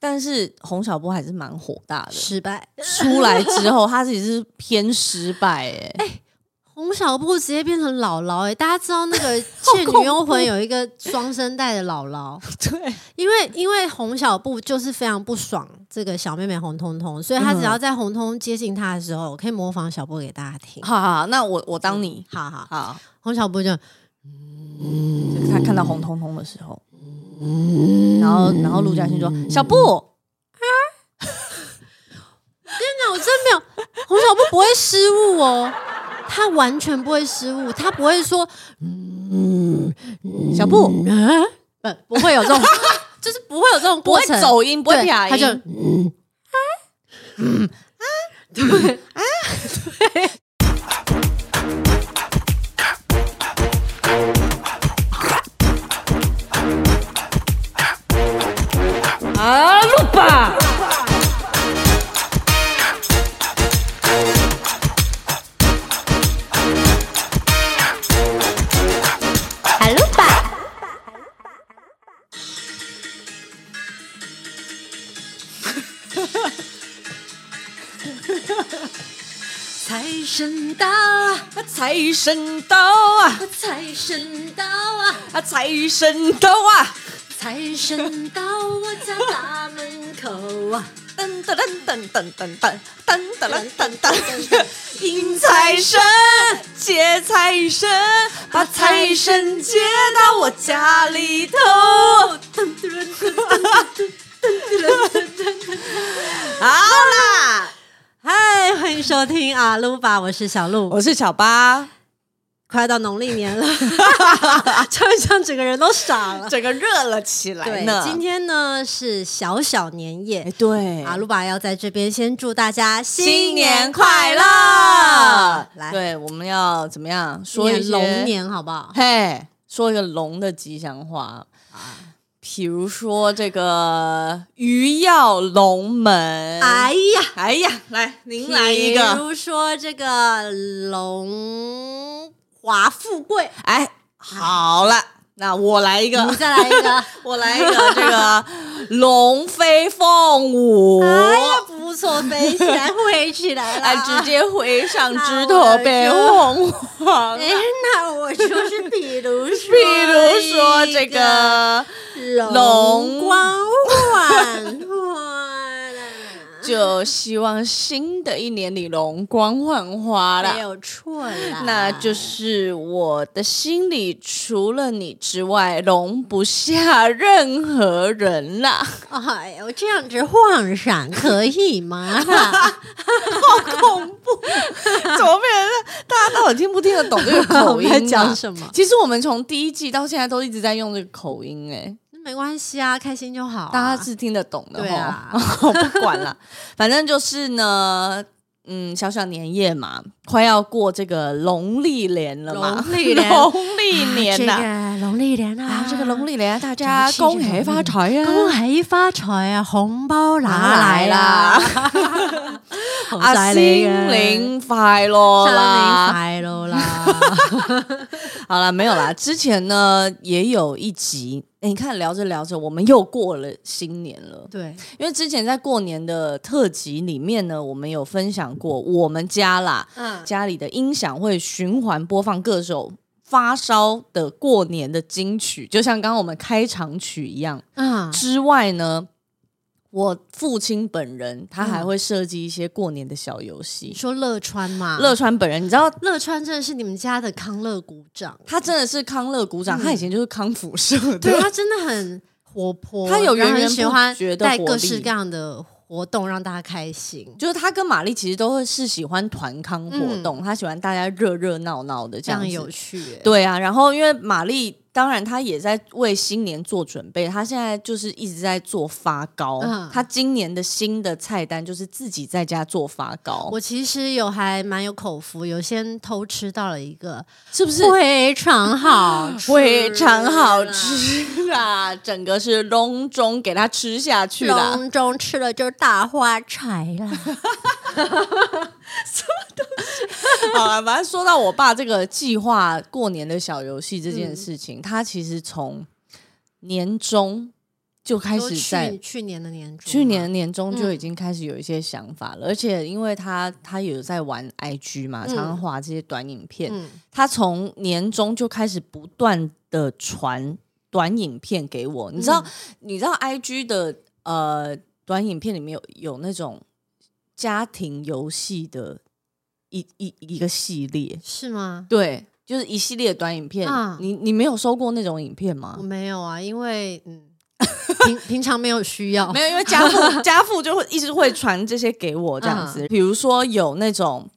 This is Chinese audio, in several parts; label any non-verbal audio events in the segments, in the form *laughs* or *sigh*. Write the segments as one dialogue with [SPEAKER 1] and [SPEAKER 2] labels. [SPEAKER 1] 但是洪小波还是蛮火大的，
[SPEAKER 2] 失败。
[SPEAKER 1] *laughs* 出来之后他自己是偏失败、欸，哎、
[SPEAKER 2] 洪小布直接变成姥姥哎、大家知道那个 *laughs* 《倩女幽魂》有一个双声带的姥姥，
[SPEAKER 1] 对，
[SPEAKER 2] 因为因为洪小布就是非常不爽这个小妹妹红彤彤，所以他只要在红彤接近他的时候，我可以模仿小布给大家听。
[SPEAKER 1] *laughs* 好好好，那我我当你，
[SPEAKER 2] 好好，
[SPEAKER 1] 好，
[SPEAKER 2] 洪小布就嗯
[SPEAKER 1] 就是
[SPEAKER 2] *laughs*
[SPEAKER 1] 他看到红彤彤的时候，然后然后陆嘉欣说小布。
[SPEAKER 2] 那我真没有，洪小布不会失误哦，他完全不会失误，他不会说
[SPEAKER 1] 小布
[SPEAKER 2] 嗯，呃不会有这种， *laughs* 就是不会有这种
[SPEAKER 1] 不
[SPEAKER 2] 过
[SPEAKER 1] 会
[SPEAKER 2] 程，
[SPEAKER 1] 走音，不会
[SPEAKER 2] 对
[SPEAKER 1] 撇音，
[SPEAKER 2] 他就
[SPEAKER 1] 啊，录吧。
[SPEAKER 2] 财神到啊，
[SPEAKER 1] 啊，财神到啊！
[SPEAKER 2] 财神到啊，
[SPEAKER 1] 啊，财神到啊！
[SPEAKER 2] 财神到我家大门口啊，
[SPEAKER 1] 噔噔噔噔噔噔噔噔噔噔噔，迎财神，接财神，把财神接到我家里头。好啦，
[SPEAKER 2] 嗨，欢迎收听阿鲁巴，我是小鹿，
[SPEAKER 1] 我是小八，
[SPEAKER 2] 快到农历年
[SPEAKER 1] *laughs*
[SPEAKER 2] 了，就像整个人都傻了。
[SPEAKER 1] 整个热了起来
[SPEAKER 2] 对
[SPEAKER 1] 呢，。
[SPEAKER 2] 今天呢是小小年夜
[SPEAKER 1] 哎，，对，
[SPEAKER 2] 阿鲁巴要在这边先祝大家
[SPEAKER 1] 新年快乐
[SPEAKER 2] 乐！来，
[SPEAKER 1] 对，我们要怎么样说一
[SPEAKER 2] 念
[SPEAKER 1] 些
[SPEAKER 2] 龙？年好不好？
[SPEAKER 1] 嘿，说一个龙的吉祥话啊
[SPEAKER 2] 啊
[SPEAKER 1] 比如说这个鱼跃龙门。
[SPEAKER 2] 哎呀，
[SPEAKER 1] 哎呀，来您来一个
[SPEAKER 2] 比。如说这个龙华富
[SPEAKER 1] *laughs*
[SPEAKER 2] 贵，
[SPEAKER 1] 哎，好了，那我来一
[SPEAKER 2] 你
[SPEAKER 1] 个，
[SPEAKER 2] 再来一个。
[SPEAKER 1] 我来一个这个龙飞凤舞。
[SPEAKER 2] 哎呀，不错，飞起来，飞起来
[SPEAKER 1] *laughs*
[SPEAKER 2] 了！
[SPEAKER 1] 哎，直接挥上枝
[SPEAKER 2] 那我
[SPEAKER 1] 头被
[SPEAKER 2] 啊就
[SPEAKER 1] 凤凰。
[SPEAKER 2] 哎，那我就是比如说，
[SPEAKER 1] 比如说这个，
[SPEAKER 2] 龙光焕焕啊，
[SPEAKER 1] 就希望新的一年里容光焕发
[SPEAKER 2] 没
[SPEAKER 1] 啦。
[SPEAKER 2] 有错啦，
[SPEAKER 1] 那就是我的心里除了你之外，容不下任何人
[SPEAKER 2] *laughs*
[SPEAKER 1] 啦。
[SPEAKER 2] 哎呦，这样子晃闪可以吗？
[SPEAKER 1] *laughs* 恐怖，怎么变成大家到底听不听得懂这个口音、
[SPEAKER 2] 我
[SPEAKER 1] 啊？
[SPEAKER 2] 们在 *laughs* 讲什么
[SPEAKER 1] 其实我们从第一季到现在都一直在用这个口音、欸，
[SPEAKER 2] 没关系啊，开心就好、啊。
[SPEAKER 1] 大家是听得懂的
[SPEAKER 2] 对
[SPEAKER 1] 吼
[SPEAKER 2] 啊
[SPEAKER 1] *laughs* 我不管了，反正就是呢，嗯，小小年夜嘛，快要过这个农历年了嘛，
[SPEAKER 2] 农历
[SPEAKER 1] *laughs*
[SPEAKER 2] 年
[SPEAKER 1] 农历年呐、
[SPEAKER 2] 啊这个农历年
[SPEAKER 1] 啊
[SPEAKER 2] 啊，，
[SPEAKER 1] 这个农
[SPEAKER 2] 历
[SPEAKER 1] 历年，大家
[SPEAKER 2] 真是
[SPEAKER 1] 恭喜发财啊！
[SPEAKER 2] 恭喜发财啊，红包拿
[SPEAKER 1] 拿来
[SPEAKER 2] 来
[SPEAKER 1] 啦 *laughs*
[SPEAKER 2] 啦！好
[SPEAKER 1] 啊，
[SPEAKER 2] 犀利
[SPEAKER 1] 心灵快乐
[SPEAKER 2] 新年
[SPEAKER 1] 啦！
[SPEAKER 2] 快乐啦！
[SPEAKER 1] 好了，没有啦。之前呢，也有一集，诶你看聊着聊着，我们又过了新年了。
[SPEAKER 2] 对，
[SPEAKER 1] 因为之前在过年的特辑里面呢，我们有分享过我们家啦，
[SPEAKER 2] 嗯，
[SPEAKER 1] 家里的音响会循环播放各首发烧的过年的金曲，就像刚刚我们开场曲一样。
[SPEAKER 2] 嗯，
[SPEAKER 1] 之外呢，我父亲本人他还会设计一些过年的小游
[SPEAKER 2] 你
[SPEAKER 1] 戏。
[SPEAKER 2] 说乐川嘛，
[SPEAKER 1] 乐川本人，你知道
[SPEAKER 2] 乐川真的是你们家的康乐鼓掌，
[SPEAKER 1] 他真的是康乐鼓掌，他以前就是康复社的。
[SPEAKER 2] 嗯对他真的很活泼，
[SPEAKER 1] 他有
[SPEAKER 2] 然后
[SPEAKER 1] 源
[SPEAKER 2] 很
[SPEAKER 1] 源
[SPEAKER 2] 喜
[SPEAKER 1] 不
[SPEAKER 2] 欢
[SPEAKER 1] 绝的
[SPEAKER 2] 带
[SPEAKER 1] 活
[SPEAKER 2] 各式
[SPEAKER 1] 力
[SPEAKER 2] 各样的活动让大家开心，
[SPEAKER 1] *laughs* 就是他跟玛丽其实都会是喜欢团康活动，他喜欢大家热热闹闹的这
[SPEAKER 2] 这
[SPEAKER 1] 样
[SPEAKER 2] 样
[SPEAKER 1] 子。
[SPEAKER 2] 嗯有趣耶。
[SPEAKER 1] 对啊，然后因为玛丽，当然她也在为新年做准备，她现在就是一直在做发糕。
[SPEAKER 2] 嗯
[SPEAKER 1] 她今年的新的菜单就是自己在家做发糕，
[SPEAKER 2] 我其实有还蛮有口福，有先偷吃到了一个
[SPEAKER 1] 是不是
[SPEAKER 2] 非常好
[SPEAKER 1] *laughs*
[SPEAKER 2] 吃，
[SPEAKER 1] 非常好。吃啊？整个是隆中给她吃下去了。
[SPEAKER 2] 隆中吃了就是大花柴
[SPEAKER 1] *laughs*
[SPEAKER 2] 啦，
[SPEAKER 1] *laughs* 好了，反正说到我爸这个计划
[SPEAKER 2] 嗯
[SPEAKER 1] 过年的小游戏这件事情，他其实从年中就开
[SPEAKER 2] 都
[SPEAKER 1] 始在
[SPEAKER 2] 去去年的年终嘛，
[SPEAKER 1] 去年年中就
[SPEAKER 2] 嗯
[SPEAKER 1] 已经开始有一些想法了，而且因为他他有在玩 IG 嘛，常常画这些短影片，
[SPEAKER 2] 嗯，
[SPEAKER 1] 他从年中就开始不断的传短影片给我，你知道，你知道 I G 的呃短影片里面有有那种家庭游戏的一一一个系列，
[SPEAKER 2] 是吗？
[SPEAKER 1] 对，就是一系列的短影片。
[SPEAKER 2] 啊
[SPEAKER 1] 你你没有收过那种影片吗
[SPEAKER 2] 我？没有啊，因
[SPEAKER 1] *laughs*
[SPEAKER 2] 为嗯，平平常没有需要，
[SPEAKER 1] 没有，因为家
[SPEAKER 2] *laughs*
[SPEAKER 1] 父家父就会一直会传这些给我这
[SPEAKER 2] 嗯
[SPEAKER 1] 样子。比如说有那种。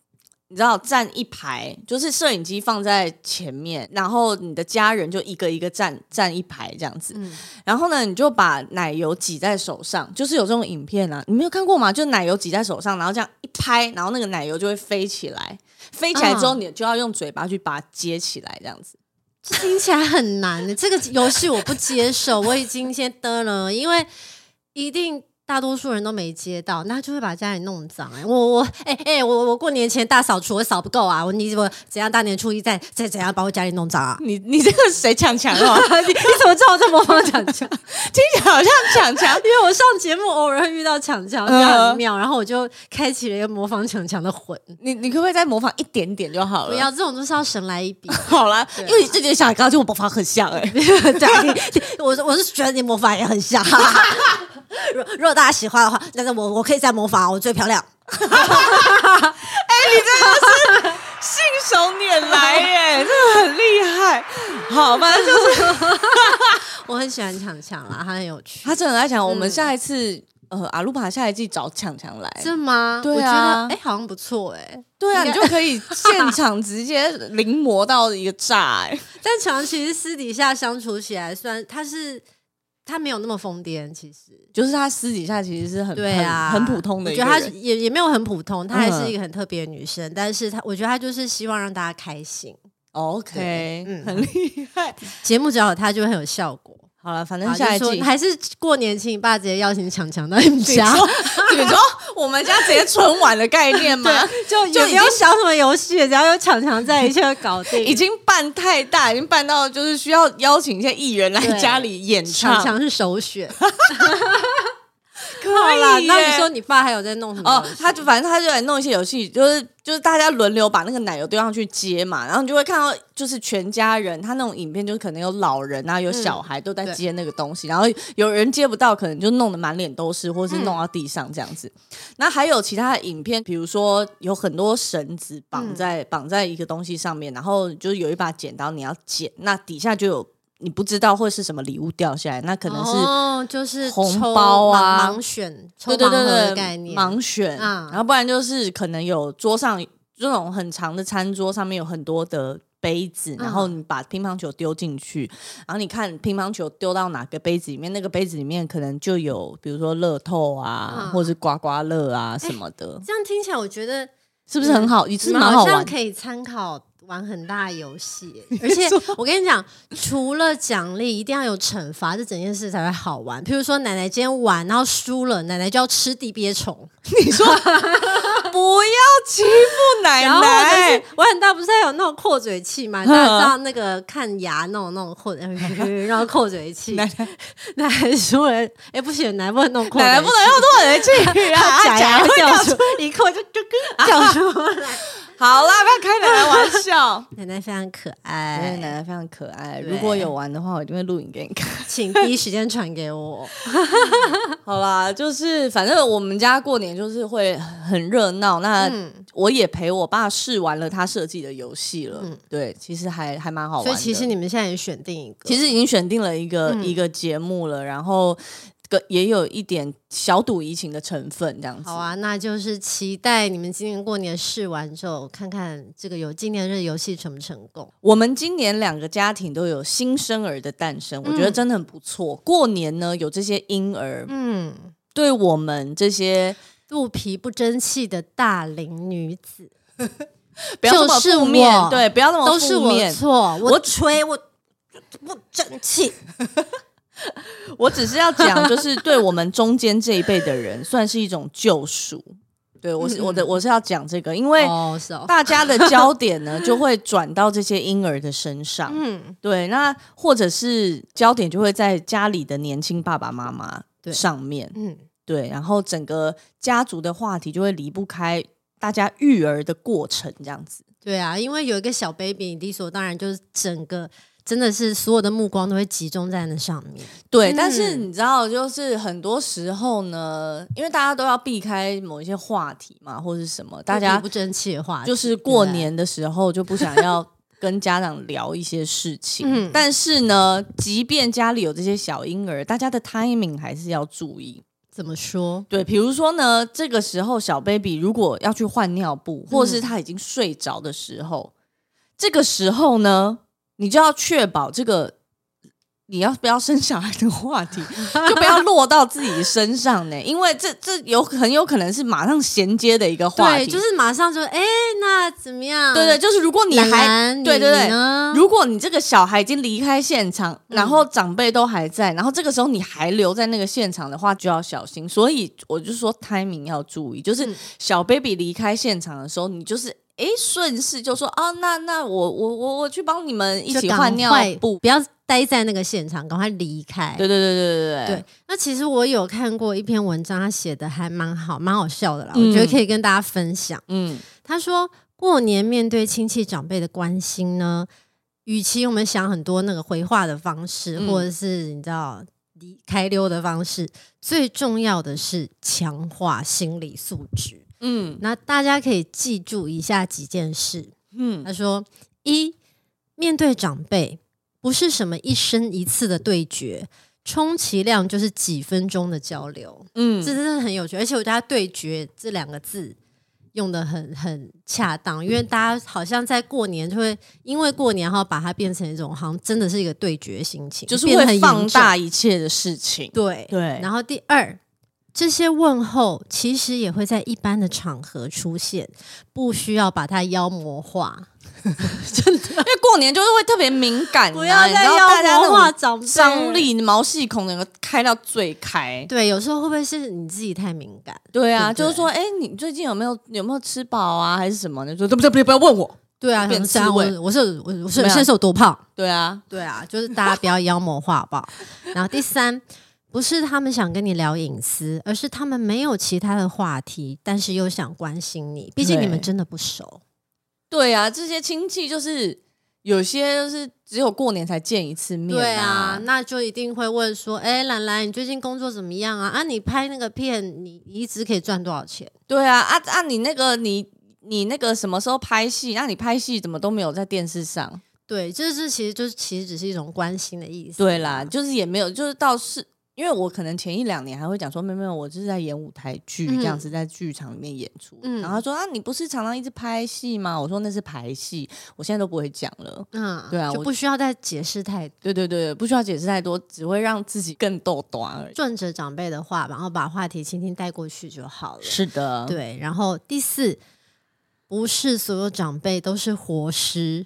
[SPEAKER 1] 你知道站一排，就是摄影机放在前面，然后你的家人就一个一个站站一排这样子。
[SPEAKER 2] 嗯
[SPEAKER 1] 然后呢，你就把奶油挤在手上，就是有这种影片啊，你没有看过吗？就奶油挤在手上，然后这样一拍，然后那个奶油就会飞起来。飞起来之后，
[SPEAKER 2] 嗯
[SPEAKER 1] 你就要用嘴巴去把它接起来，这样子。
[SPEAKER 2] 这听起来很难的。这个游戏我不接受，我已经先得了，因为一定大多数人都没接到，那就会把家里弄脏、哎，我我哎哎、我我过年前大扫除，我扫不够啊！我你我怎样大年初一再再怎样把我家里弄
[SPEAKER 1] *laughs*
[SPEAKER 2] 脏啊？
[SPEAKER 1] 你你这个谁抢抢啊？
[SPEAKER 2] 你你怎么知道我在模仿抢强？
[SPEAKER 1] *laughs* 听起来好像抢抢。
[SPEAKER 2] 因为我上节目偶尔会遇到抢强，觉得很妙，然后我就开启了一个模仿抢强的魂。
[SPEAKER 1] 你你可不可以再模仿一点点就 *laughs* 好了？
[SPEAKER 2] 不要这种都是要神来一笔。
[SPEAKER 1] 好啦，因为这件小刚就我模仿很像 *laughs* 哎、
[SPEAKER 2] 对，我是我是觉得你模仿也很像。 *laughs* 如如果大家喜欢的话，那那我我可以再模仿，我最漂亮。
[SPEAKER 1] 信手拈来耶、真的很厉害。好吧， *laughs* 就是
[SPEAKER 2] 我很喜欢强强啦，他很有趣
[SPEAKER 1] 他。真的在讲，我们下一次、呃阿鲁巴下一季找强强来，
[SPEAKER 2] 真的吗？
[SPEAKER 1] 对啊
[SPEAKER 2] 我觉得哎、好像不错哎、
[SPEAKER 1] 对啊，
[SPEAKER 2] 应
[SPEAKER 1] 你
[SPEAKER 2] 该
[SPEAKER 1] 就可以现场直接临摹到一个炸哎、
[SPEAKER 2] 但强其实私底下相处起来，虽然他是他没有那么疯癫，其实
[SPEAKER 1] *laughs* 就是他私底下其实是很
[SPEAKER 2] 对啊，
[SPEAKER 1] 很很普通的
[SPEAKER 2] 我
[SPEAKER 1] 一
[SPEAKER 2] 觉
[SPEAKER 1] 个
[SPEAKER 2] 得他
[SPEAKER 1] 人。
[SPEAKER 2] 也也没有很普通，她还
[SPEAKER 1] 嗯
[SPEAKER 2] 是一个很特别的女生。但是她，我觉得她就是希望让大家开心。
[SPEAKER 1] OK，、
[SPEAKER 2] 嗯
[SPEAKER 1] 很厉害。
[SPEAKER 2] 节目只要有她，就会很有效果。
[SPEAKER 1] 好了，反
[SPEAKER 2] 好
[SPEAKER 1] 正
[SPEAKER 2] 就
[SPEAKER 1] 下一
[SPEAKER 2] 是说
[SPEAKER 1] 季。
[SPEAKER 2] 还是过年请你爸直接邀请强强到你
[SPEAKER 1] *laughs*
[SPEAKER 2] 们
[SPEAKER 1] 你
[SPEAKER 2] 家。
[SPEAKER 1] 说，你说我们家直接春晚的概念 *laughs* 吗？
[SPEAKER 2] *laughs* 就
[SPEAKER 1] 就
[SPEAKER 2] 就
[SPEAKER 1] 已
[SPEAKER 2] 不
[SPEAKER 1] 经
[SPEAKER 2] 要想什么游戏，只要有强强在，一切都搞 *laughs* 定。
[SPEAKER 1] 已经办太大，已经办到就是需要邀请一些艺人来
[SPEAKER 2] 对
[SPEAKER 1] 家里演唱
[SPEAKER 2] 强。强是首 *laughs* 选。
[SPEAKER 1] 可
[SPEAKER 2] 好啦，
[SPEAKER 1] 耶
[SPEAKER 2] 那你说你爸还有在弄什么
[SPEAKER 1] 哦
[SPEAKER 2] 游戏？，
[SPEAKER 1] 他就反正他就来弄一些游戏，就是就是大家轮流把那个奶油丢上去接嘛，然后你就会看到就是全家人，他那种影片就是可能有老人啊，有小孩都在
[SPEAKER 2] 嗯对
[SPEAKER 1] 接那个东西，然后有人接不到，可能就弄得满脸都是，或
[SPEAKER 2] 嗯
[SPEAKER 1] 是弄到地上这样子。那还有其他的影片，比如说有很多绳子
[SPEAKER 2] 嗯
[SPEAKER 1] 绑在、绑在一个东西上面，然后就是有一把剪刀你要剪，那底下就有。你不知道会是什么礼物掉下来，那可能是
[SPEAKER 2] 哦，就是
[SPEAKER 1] 红
[SPEAKER 2] 抽
[SPEAKER 1] 包啊
[SPEAKER 2] 盲盲选抽
[SPEAKER 1] 对对
[SPEAKER 2] 盲
[SPEAKER 1] 对
[SPEAKER 2] 盒
[SPEAKER 1] 对
[SPEAKER 2] 的概念，
[SPEAKER 1] 盲选，
[SPEAKER 2] 嗯
[SPEAKER 1] 然后不然就是可能有桌上这种很长的餐桌上面有很多的杯子，然后你把乒乓球丢进去，然后你看乒乓球丢到哪个杯子里面，那个杯子里面可能就有比如说乐透啊，
[SPEAKER 2] 嗯
[SPEAKER 1] 或者是刮刮乐啊什么的，
[SPEAKER 2] 这样听起来，我觉得
[SPEAKER 1] 是不是很好？一次
[SPEAKER 2] 你们
[SPEAKER 1] 蛮好
[SPEAKER 2] 好像
[SPEAKER 1] 玩的。
[SPEAKER 2] 可以参考玩很大的游 *laughs* 戏，而且我跟你讲，除了奖励，一定要有惩罚，这整件事才会好玩。譬如说，奶奶今天玩，然后输了，奶奶就要吃地鳖虫，
[SPEAKER 1] 你说不要欺负奶
[SPEAKER 2] 然后或者
[SPEAKER 1] 奶
[SPEAKER 2] 是，玩很大不是还有那种扩嘴器嘛？大家知
[SPEAKER 1] 嗯
[SPEAKER 2] 道那个看牙那种那
[SPEAKER 1] *laughs*
[SPEAKER 2] 种 *laughs* 扩，然后扩嘴器，奶 *laughs* 奶输了，哎、不行，奶奶不能弄扩嘴器，
[SPEAKER 1] 奶奶不能用多人 *laughs* 去啊，
[SPEAKER 2] 假
[SPEAKER 1] 假
[SPEAKER 2] 牙
[SPEAKER 1] 会
[SPEAKER 2] 会
[SPEAKER 1] 掉
[SPEAKER 2] 掉
[SPEAKER 1] 出
[SPEAKER 2] 出，一扩就就咯 *laughs* 掉出来。
[SPEAKER 1] *laughs* 好啦，不要开奶 *laughs* 奶玩 *laughs* 笑。哎
[SPEAKER 2] 奶奶非常可
[SPEAKER 1] 因为
[SPEAKER 2] 爱，
[SPEAKER 1] *laughs* 奶奶非常可爱，
[SPEAKER 2] 对
[SPEAKER 1] 如果有玩的话，我一定会录影给你看。
[SPEAKER 2] 请第一时间传给我。
[SPEAKER 1] 好啦，就是反正我们家过年就是会很热闹，那
[SPEAKER 2] 嗯
[SPEAKER 1] 我也陪我爸试玩了他设计的游戏了。对，其实还还蛮好玩
[SPEAKER 2] 嗯所
[SPEAKER 1] 的。
[SPEAKER 2] 以其实你嗯们现在也选定一个，
[SPEAKER 1] 其实已经选定了一个、一个节目了，然后个也有一点小赌怡情的成分，这样子。
[SPEAKER 2] 好啊，那就是期待你们今年过年试完之后，看看这个有今年这游戏成不成功。
[SPEAKER 1] 我们今年两个家庭都有新生儿的诞生，我觉得真的很不错。过年呢，有这些婴儿，
[SPEAKER 2] 嗯，
[SPEAKER 1] 对我们这些
[SPEAKER 2] 肚皮不争气的大龄女子
[SPEAKER 1] 不要那么
[SPEAKER 2] 就是
[SPEAKER 1] 负面，
[SPEAKER 2] 我
[SPEAKER 1] 对，不要那么
[SPEAKER 2] 都是
[SPEAKER 1] 哦负
[SPEAKER 2] 我
[SPEAKER 1] 面
[SPEAKER 2] 的错，
[SPEAKER 1] 我
[SPEAKER 2] 我吹我不争气。
[SPEAKER 1] 我只是要讲，就是对我们中间这一辈的人，算是一种救赎。 *laughs* 对我是我的我是要讲这个，因为
[SPEAKER 2] 哦，是哦，
[SPEAKER 1] 大家的焦点呢就会转到这些婴儿的身上，
[SPEAKER 3] 嗯，
[SPEAKER 1] 对，那或者是焦点就会在家里的年轻爸爸妈妈
[SPEAKER 2] 对
[SPEAKER 1] 上面，
[SPEAKER 3] 嗯，
[SPEAKER 1] 对，然后整个家族的话题就会离不开大家育儿的过程这样子。
[SPEAKER 2] 对啊，因为有一个小 baby，理所当然就是整个真的是所有的目光都会集中在那上面。
[SPEAKER 1] 对，
[SPEAKER 3] 嗯
[SPEAKER 1] 但是你知道，就是很多时候呢，因为大家都要避开某一些话题嘛，或者是什么，大
[SPEAKER 2] 就
[SPEAKER 1] 家
[SPEAKER 2] 是不争气的话，啊
[SPEAKER 1] 就是过年的时候就不想要跟家长聊一些事情。
[SPEAKER 3] 嗯
[SPEAKER 1] 但是呢，即便家里有这些小婴儿，大家的 timing 还是要注意。
[SPEAKER 2] 怎么说？
[SPEAKER 1] 对，比如说呢，这个时候小 baby 如果要去换尿布，
[SPEAKER 2] 嗯
[SPEAKER 1] 或者是他已经睡着的时候，这个时候呢，你就要确保这个你要不要生小孩的话
[SPEAKER 2] *laughs*
[SPEAKER 1] 题就不要落到自己身上呢，因为这这有很有可能是马上衔接的一个话题，
[SPEAKER 2] 对，就是马上就哎，那怎么样？
[SPEAKER 1] 对对，就是如果你
[SPEAKER 2] 兰
[SPEAKER 1] 还
[SPEAKER 2] 兰，
[SPEAKER 1] 对对
[SPEAKER 2] 你
[SPEAKER 1] 对。
[SPEAKER 2] 呢
[SPEAKER 1] 如果你这个小孩已经离开现场，
[SPEAKER 2] 嗯
[SPEAKER 1] 然后长辈都还在，然后这个时候你还留在那个现场的话，就要小心。所以我就说 timing 要注意，
[SPEAKER 2] 嗯
[SPEAKER 1] 就是小 baby 离开现场的时候，你就是诶顺势就说啊，那那我我我我去帮你们一
[SPEAKER 2] 就
[SPEAKER 1] 起
[SPEAKER 2] 赶
[SPEAKER 1] 换尿
[SPEAKER 2] 快
[SPEAKER 1] 布。
[SPEAKER 2] 不要待在那个现场，赶快离开。
[SPEAKER 1] 对对对对对
[SPEAKER 2] 对，那其实我有看过一篇文章，他写的还蛮好，蛮好笑的啦，
[SPEAKER 1] 嗯
[SPEAKER 2] 我觉得可以跟大家分享。
[SPEAKER 1] 嗯
[SPEAKER 2] 他说，过年面对亲戚长辈的关心呢，与其我们想很多那个回话的方式，
[SPEAKER 1] 嗯
[SPEAKER 2] 或者是你知道离开溜的方式，最重要的是强化心理素质。
[SPEAKER 1] 嗯
[SPEAKER 2] 那大家可以记住以下几件事。
[SPEAKER 1] 嗯
[SPEAKER 2] 他说：一，面对长辈，不是什么一生一次的对决，充其量就是几分钟的交流，
[SPEAKER 1] 嗯
[SPEAKER 2] 这真的很有趣。而且我觉得他“对决”这两个字用的很很恰当，因为大家好像在过年就会因为过年，然后把它变成一种好像真的是一个对决心情，
[SPEAKER 1] 就是
[SPEAKER 2] 变得
[SPEAKER 1] 会
[SPEAKER 2] 很
[SPEAKER 1] 放
[SPEAKER 2] 严重
[SPEAKER 1] 大一切的事情。
[SPEAKER 2] 对
[SPEAKER 1] 对
[SPEAKER 2] 然后第二，这些问候其实也会在一般的场合出现，不需要把它妖魔化，
[SPEAKER 1] 因为过年就是会特别敏感啊、
[SPEAKER 2] 不要
[SPEAKER 1] 你
[SPEAKER 2] 再
[SPEAKER 1] 知道大家
[SPEAKER 2] 妖
[SPEAKER 1] 那种
[SPEAKER 2] 魔化长辈
[SPEAKER 1] 张。力、毛细孔能够开到最开。
[SPEAKER 2] 对，有时候会不会是你自己太敏感？
[SPEAKER 1] 对啊，
[SPEAKER 2] 对
[SPEAKER 1] 就
[SPEAKER 2] 不
[SPEAKER 1] 是
[SPEAKER 2] 对
[SPEAKER 1] 说，哎、你最近有没有有没有吃饱啊，还是什么的？就说对不对？不要不要问我。
[SPEAKER 2] 对啊，
[SPEAKER 1] 变
[SPEAKER 2] 想说
[SPEAKER 1] 刺
[SPEAKER 2] 我我是我我是
[SPEAKER 1] 没有
[SPEAKER 2] 现在是有多胖？
[SPEAKER 1] 对啊，
[SPEAKER 2] 对啊，就是大家不要妖魔化，好不
[SPEAKER 1] *laughs*
[SPEAKER 2] 好？然后第三，不是他们想跟你聊隐私，而是他们没有其他的话题，但是又想关心你，毕竟你们
[SPEAKER 1] 对
[SPEAKER 2] 真的不熟。
[SPEAKER 1] 对啊，这些亲戚就是有些就是只有过年才见一次面、
[SPEAKER 2] 对
[SPEAKER 1] 啊
[SPEAKER 2] 啊，，那就一定会问说，哎、兰兰，你最近工作怎么样啊？啊，你拍那个片，你你一直可以赚多少钱？
[SPEAKER 1] 对啊，啊啊，你那个你你那个什么时候拍戏？啊那、你拍戏怎么都没有在电视上？
[SPEAKER 2] 对，这是其实就是其实只是一种关心的意思。啊
[SPEAKER 1] 对啦，，就是也没有，就是倒是。因为我可能前一两年还会讲说，没有没有，我就是在演舞台剧、
[SPEAKER 2] 嗯
[SPEAKER 1] 这样子，在剧场里面演出。
[SPEAKER 2] 嗯
[SPEAKER 1] 然后他说啊，你不是常常一直拍戏吗？我说那是排戏，我现在都不会讲了。
[SPEAKER 2] 嗯，
[SPEAKER 1] 对啊
[SPEAKER 2] 就
[SPEAKER 1] 我
[SPEAKER 2] 不需要再解释太多，
[SPEAKER 1] 对对对，不需要解释太多，只会让自己更逗短而已。
[SPEAKER 2] 顺着长辈的话，然后把话题轻轻带过去就好了。
[SPEAKER 1] 是的，
[SPEAKER 2] 对，然后第四，不是所有长辈都是活尸，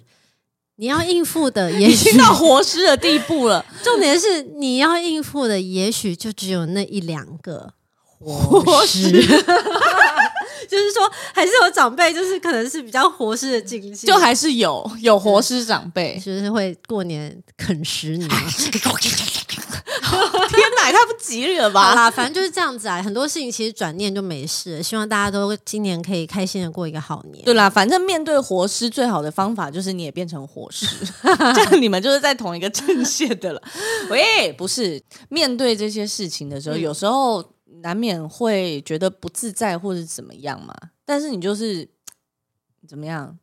[SPEAKER 2] 你要应付的 *laughs* 也许
[SPEAKER 1] 听到活尸的地步了，
[SPEAKER 2] 重点是你要应付的，也许就只有那一两个
[SPEAKER 1] *laughs* 活
[SPEAKER 2] 活尸， *laughs* 就是说还是有长辈，就是可能是比较活尸的境界，
[SPEAKER 1] 就还是有有活尸长辈。
[SPEAKER 2] 就是会过年啃食你嘛。
[SPEAKER 1] *laughs*
[SPEAKER 2] *laughs*
[SPEAKER 1] 天哪，也太不吉利了
[SPEAKER 2] 好
[SPEAKER 1] 吧？
[SPEAKER 2] 啦，反正就是这样子啊，很多事情其实转念就没事了。希望大家都今年可以开心的过一个好年。
[SPEAKER 1] 对啦，反正面对活尸最好的方法就是你也变成活尸， *laughs* 这样你们就是在同一个阵线的了。喂，不是，面对这些事情的时候，
[SPEAKER 2] 嗯
[SPEAKER 1] 有时候难免会觉得不自在或者怎么样嘛，但是你就是怎么样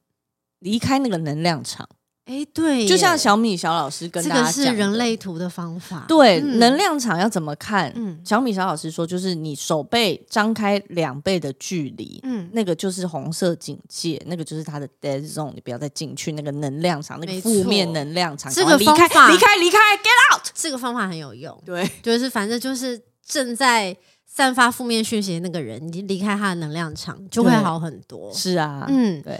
[SPEAKER 1] 离开那个能量场。
[SPEAKER 2] 哎，对耶，
[SPEAKER 1] 就像小米小老师跟
[SPEAKER 2] 这
[SPEAKER 1] 大家
[SPEAKER 2] 个
[SPEAKER 1] 讲的，
[SPEAKER 2] 是人类图的方法，
[SPEAKER 1] 对、
[SPEAKER 2] 嗯
[SPEAKER 1] 能量场要怎么看？
[SPEAKER 2] 嗯
[SPEAKER 1] 小米小老师说，就是你手背张开两倍的距离，
[SPEAKER 3] 嗯
[SPEAKER 1] 那个就是红色警戒，那个就是它的 dead zone，你不要再进去那个能量场，那个
[SPEAKER 2] 没
[SPEAKER 1] 负面
[SPEAKER 2] 错
[SPEAKER 1] 能量场，
[SPEAKER 2] 这
[SPEAKER 1] 赶快
[SPEAKER 2] 个方
[SPEAKER 1] 离
[SPEAKER 2] 法
[SPEAKER 1] 开，离开，离开，get out！
[SPEAKER 2] 这个方法很有用。
[SPEAKER 1] 对
[SPEAKER 2] 就是反正就是正在散发负面讯息的那个人，你离开他的能量场就会
[SPEAKER 1] 对
[SPEAKER 2] 好很多。
[SPEAKER 1] 是啊，
[SPEAKER 2] 嗯，
[SPEAKER 1] 对，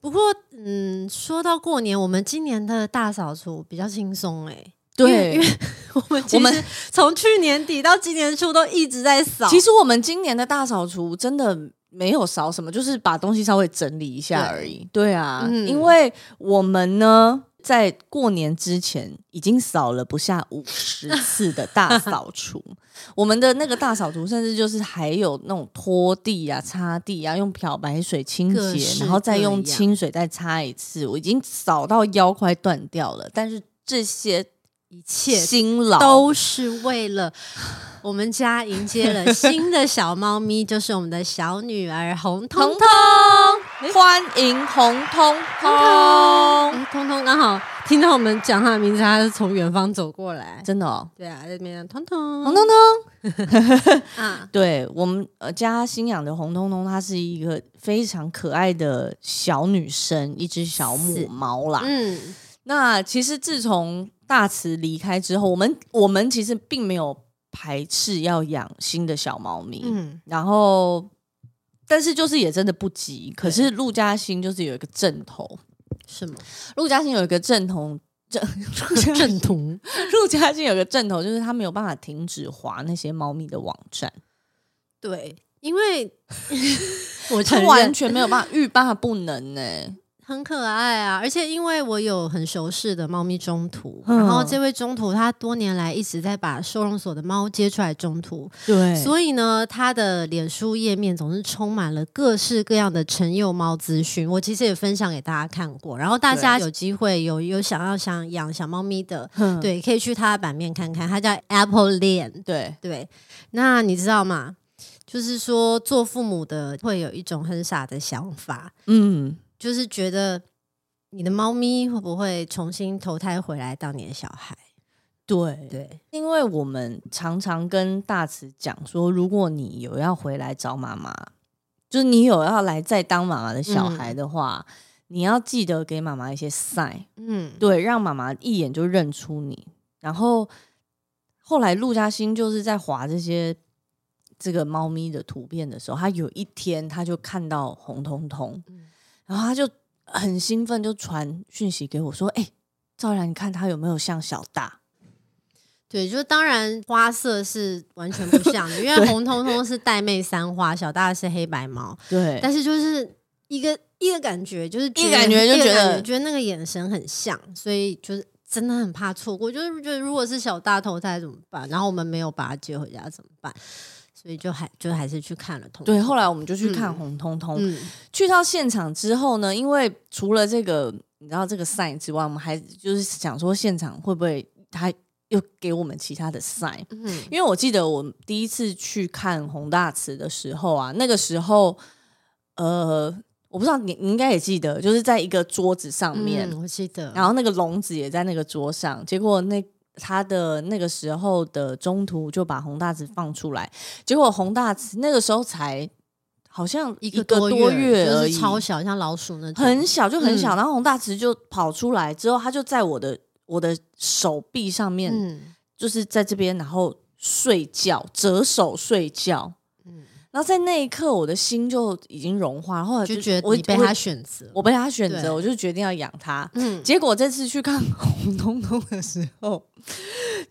[SPEAKER 2] 不过嗯，说到过年，我们今年的大扫除比较轻松哎、因为
[SPEAKER 1] 对
[SPEAKER 2] 因为。 *laughs* 我们其
[SPEAKER 1] 我们
[SPEAKER 2] 实从去年底到今年初都一直在扫，
[SPEAKER 1] 其实我们今年的大扫除真的。没有少什么，就是把东西稍微整理一下
[SPEAKER 2] 对
[SPEAKER 1] 而已。对啊，
[SPEAKER 2] 嗯
[SPEAKER 1] 因为我们呢。在过年之前，已经扫了不下五十次的大扫
[SPEAKER 2] *laughs*
[SPEAKER 1] 除。我们的那个大扫除，甚至就是还有那种拖地啊、擦地啊，用漂白水清
[SPEAKER 2] 各
[SPEAKER 1] 洁，
[SPEAKER 2] 式
[SPEAKER 1] 然后再
[SPEAKER 2] 各
[SPEAKER 1] 用
[SPEAKER 2] 样
[SPEAKER 1] 清水再擦一次。我已经扫到腰快断掉了，但是这些
[SPEAKER 2] 一切
[SPEAKER 1] 辛劳
[SPEAKER 2] 都是为了我们家迎接了新的小猫咪，就是我们的小女儿红彤
[SPEAKER 1] 彤
[SPEAKER 2] 彤。
[SPEAKER 1] 彤，哎欢迎红彤彤，
[SPEAKER 2] 哎彤彤刚好听到我们讲她的名字，她就从远方走过来。
[SPEAKER 1] 真的哦，
[SPEAKER 2] 对啊，在那边彤彤
[SPEAKER 1] 红彤彤。
[SPEAKER 2] *laughs* 啊，
[SPEAKER 1] 对我们呃家新养的红彤彤，她是一个非常可爱的小女生，一只小母猫啦。
[SPEAKER 2] 嗯，
[SPEAKER 1] 那其实自从大慈离开之后，我们我们其实并没有排斥要养新的小猫咪，
[SPEAKER 3] 嗯，
[SPEAKER 1] 然后但是就是也真的不急。可是陆嘉欣就是有一个正头，
[SPEAKER 2] 什
[SPEAKER 1] *laughs*
[SPEAKER 2] 么
[SPEAKER 1] 陆嘉欣有一个正头。正
[SPEAKER 2] 正途？
[SPEAKER 1] *laughs* 陆嘉欣有个正头，就是她没有办法停止滑那些猫咪的网站，
[SPEAKER 2] 对，因为我
[SPEAKER 1] 她
[SPEAKER 2] 承
[SPEAKER 1] 完
[SPEAKER 2] 认
[SPEAKER 1] 全没有办法，欲罢不能欸呢、
[SPEAKER 2] 很可爱啊，而且因为我有很熟识的猫咪中途，
[SPEAKER 1] 嗯
[SPEAKER 2] 然后这位中途他多年来一直在把收容所的猫接出来中途，
[SPEAKER 1] *laughs* 对
[SPEAKER 2] 所以呢，他的脸书页面总是充满了各式各样的成幼猫资讯。我其实也分享给大家看过，然后大家
[SPEAKER 1] 对
[SPEAKER 2] 有机会有有想要想养小猫咪的，
[SPEAKER 1] 哼
[SPEAKER 2] 对，可以去他的版面看看，他叫 Apple Land。
[SPEAKER 1] 对，
[SPEAKER 2] 对，那你知道吗？就是说，做父母的会有一种很傻的想法，
[SPEAKER 1] 嗯，
[SPEAKER 2] 就是觉得你的猫咪会不会重新投胎回来当你的小孩？
[SPEAKER 1] 对，
[SPEAKER 2] 对，
[SPEAKER 1] 因为我们常常跟大慈讲说，如果你有要回来找妈妈，就是你有要来再当妈妈的小孩的话，你要记得给妈妈一些 sign，
[SPEAKER 2] 嗯，
[SPEAKER 1] 对，让妈妈一眼就认出你。然后后来陆嘉欣就是在划这些这个猫咪的图片的时候，他有一天他就看到红彤彤，
[SPEAKER 2] 嗯
[SPEAKER 1] 然后他就很兴奋，就传讯息给我说：“哎、赵然，你看它有没有像小大
[SPEAKER 2] 对，就当然花色是完全不像的，因
[SPEAKER 1] *laughs*
[SPEAKER 2] 为
[SPEAKER 1] 对
[SPEAKER 2] 红彤彤是带妹三花，小大是黑白猫，？”
[SPEAKER 1] 对
[SPEAKER 2] 但是就是一个一个感觉，就是
[SPEAKER 1] 一个感觉就
[SPEAKER 2] 一个
[SPEAKER 1] 觉得
[SPEAKER 2] 感觉得那个眼神很像，所以就是真的很怕错过，就是觉得如果是小大投胎怎么办？然后我们没有把它接回家怎么办？所以就还就还是去看了彤彤。
[SPEAKER 1] 对，后来我们就去看
[SPEAKER 2] 嗯
[SPEAKER 1] 红彤彤。
[SPEAKER 2] 嗯，
[SPEAKER 1] 去到现场之后呢，因为除了这个你知道这个 sign 之外，我们还就是想说现场会不会他又给我们其他的 sign，
[SPEAKER 2] 嗯
[SPEAKER 1] 因为我记得我第一次去看宏大池的时候啊，那个时候，呃，我不知道你你应该也记得，就是在一个桌子上面，
[SPEAKER 2] 嗯我记得，
[SPEAKER 1] 然后那个笼子也在那个桌上，结果那。他的那个时候的中途就把宏大池放出来，结果宏大池那个时候才好像
[SPEAKER 2] 一
[SPEAKER 1] 个
[SPEAKER 2] 个多
[SPEAKER 1] 月
[SPEAKER 2] 就
[SPEAKER 1] 而
[SPEAKER 2] 是
[SPEAKER 1] 已，
[SPEAKER 2] 超小，像老鼠那种，
[SPEAKER 1] 很小就很小。
[SPEAKER 2] 嗯
[SPEAKER 1] 然后宏大池就跑出来之后，他就在我的我的手臂上面
[SPEAKER 2] 嗯
[SPEAKER 1] 就是在这边，然后睡觉，折手睡觉。
[SPEAKER 2] 嗯，
[SPEAKER 1] 然后在那一刻，我的心就已经融化，后来
[SPEAKER 2] 就觉得
[SPEAKER 1] 我
[SPEAKER 2] 你被
[SPEAKER 1] 我
[SPEAKER 2] 他选择，
[SPEAKER 1] 我被他选
[SPEAKER 2] 对
[SPEAKER 1] 择，我就决定要养它。
[SPEAKER 2] 嗯
[SPEAKER 1] *laughs* 结果这次去看红彤彤的时候，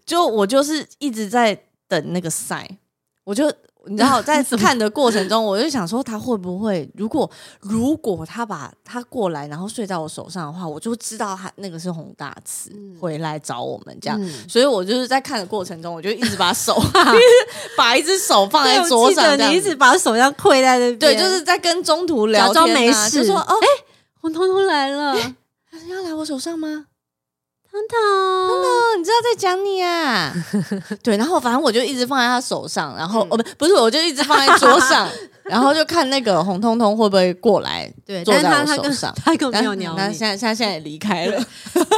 [SPEAKER 1] 就我就是一直在等那个赛，我就你知
[SPEAKER 2] *laughs*
[SPEAKER 1] 道在看的过程中，我就想说他会不会，如果如果他把他过来，然后睡在我手上的话，我就知道他那个是红大慈、
[SPEAKER 2] 嗯
[SPEAKER 1] 回来找我们这样。
[SPEAKER 2] 嗯
[SPEAKER 1] 所以我就是在看的过程中，我就一直把手， *laughs* 一直把一只手放在
[SPEAKER 2] 我
[SPEAKER 1] 桌
[SPEAKER 2] 记
[SPEAKER 1] 上，
[SPEAKER 2] 得
[SPEAKER 1] 这样
[SPEAKER 2] 你一
[SPEAKER 1] 子
[SPEAKER 2] 直把手这样跪在那边，
[SPEAKER 1] 对，就是在跟中途聊天、啊，
[SPEAKER 2] 假装没事哎
[SPEAKER 1] 就说哦，
[SPEAKER 2] 红彤彤来了，彤
[SPEAKER 1] 哎、要来我手上吗？
[SPEAKER 2] 彤，
[SPEAKER 1] 哦，你知道在讲你
[SPEAKER 2] *laughs*
[SPEAKER 1] 啊？对，然后反正我就一直放在他手上，然
[SPEAKER 2] 嗯
[SPEAKER 1] 后、哦不不是，我就一直放在桌
[SPEAKER 2] *laughs*
[SPEAKER 1] 上，然后就看那个红彤彤会不会过来
[SPEAKER 2] 对，
[SPEAKER 1] 坐
[SPEAKER 2] 但是
[SPEAKER 1] 在
[SPEAKER 2] 他
[SPEAKER 1] 我
[SPEAKER 2] 他
[SPEAKER 1] 手
[SPEAKER 2] 跟
[SPEAKER 1] 上。
[SPEAKER 2] 他
[SPEAKER 1] *laughs*
[SPEAKER 2] 根本
[SPEAKER 1] 但
[SPEAKER 2] 没有鸟
[SPEAKER 1] 但
[SPEAKER 2] 你
[SPEAKER 1] 现，在现在现在也离开了，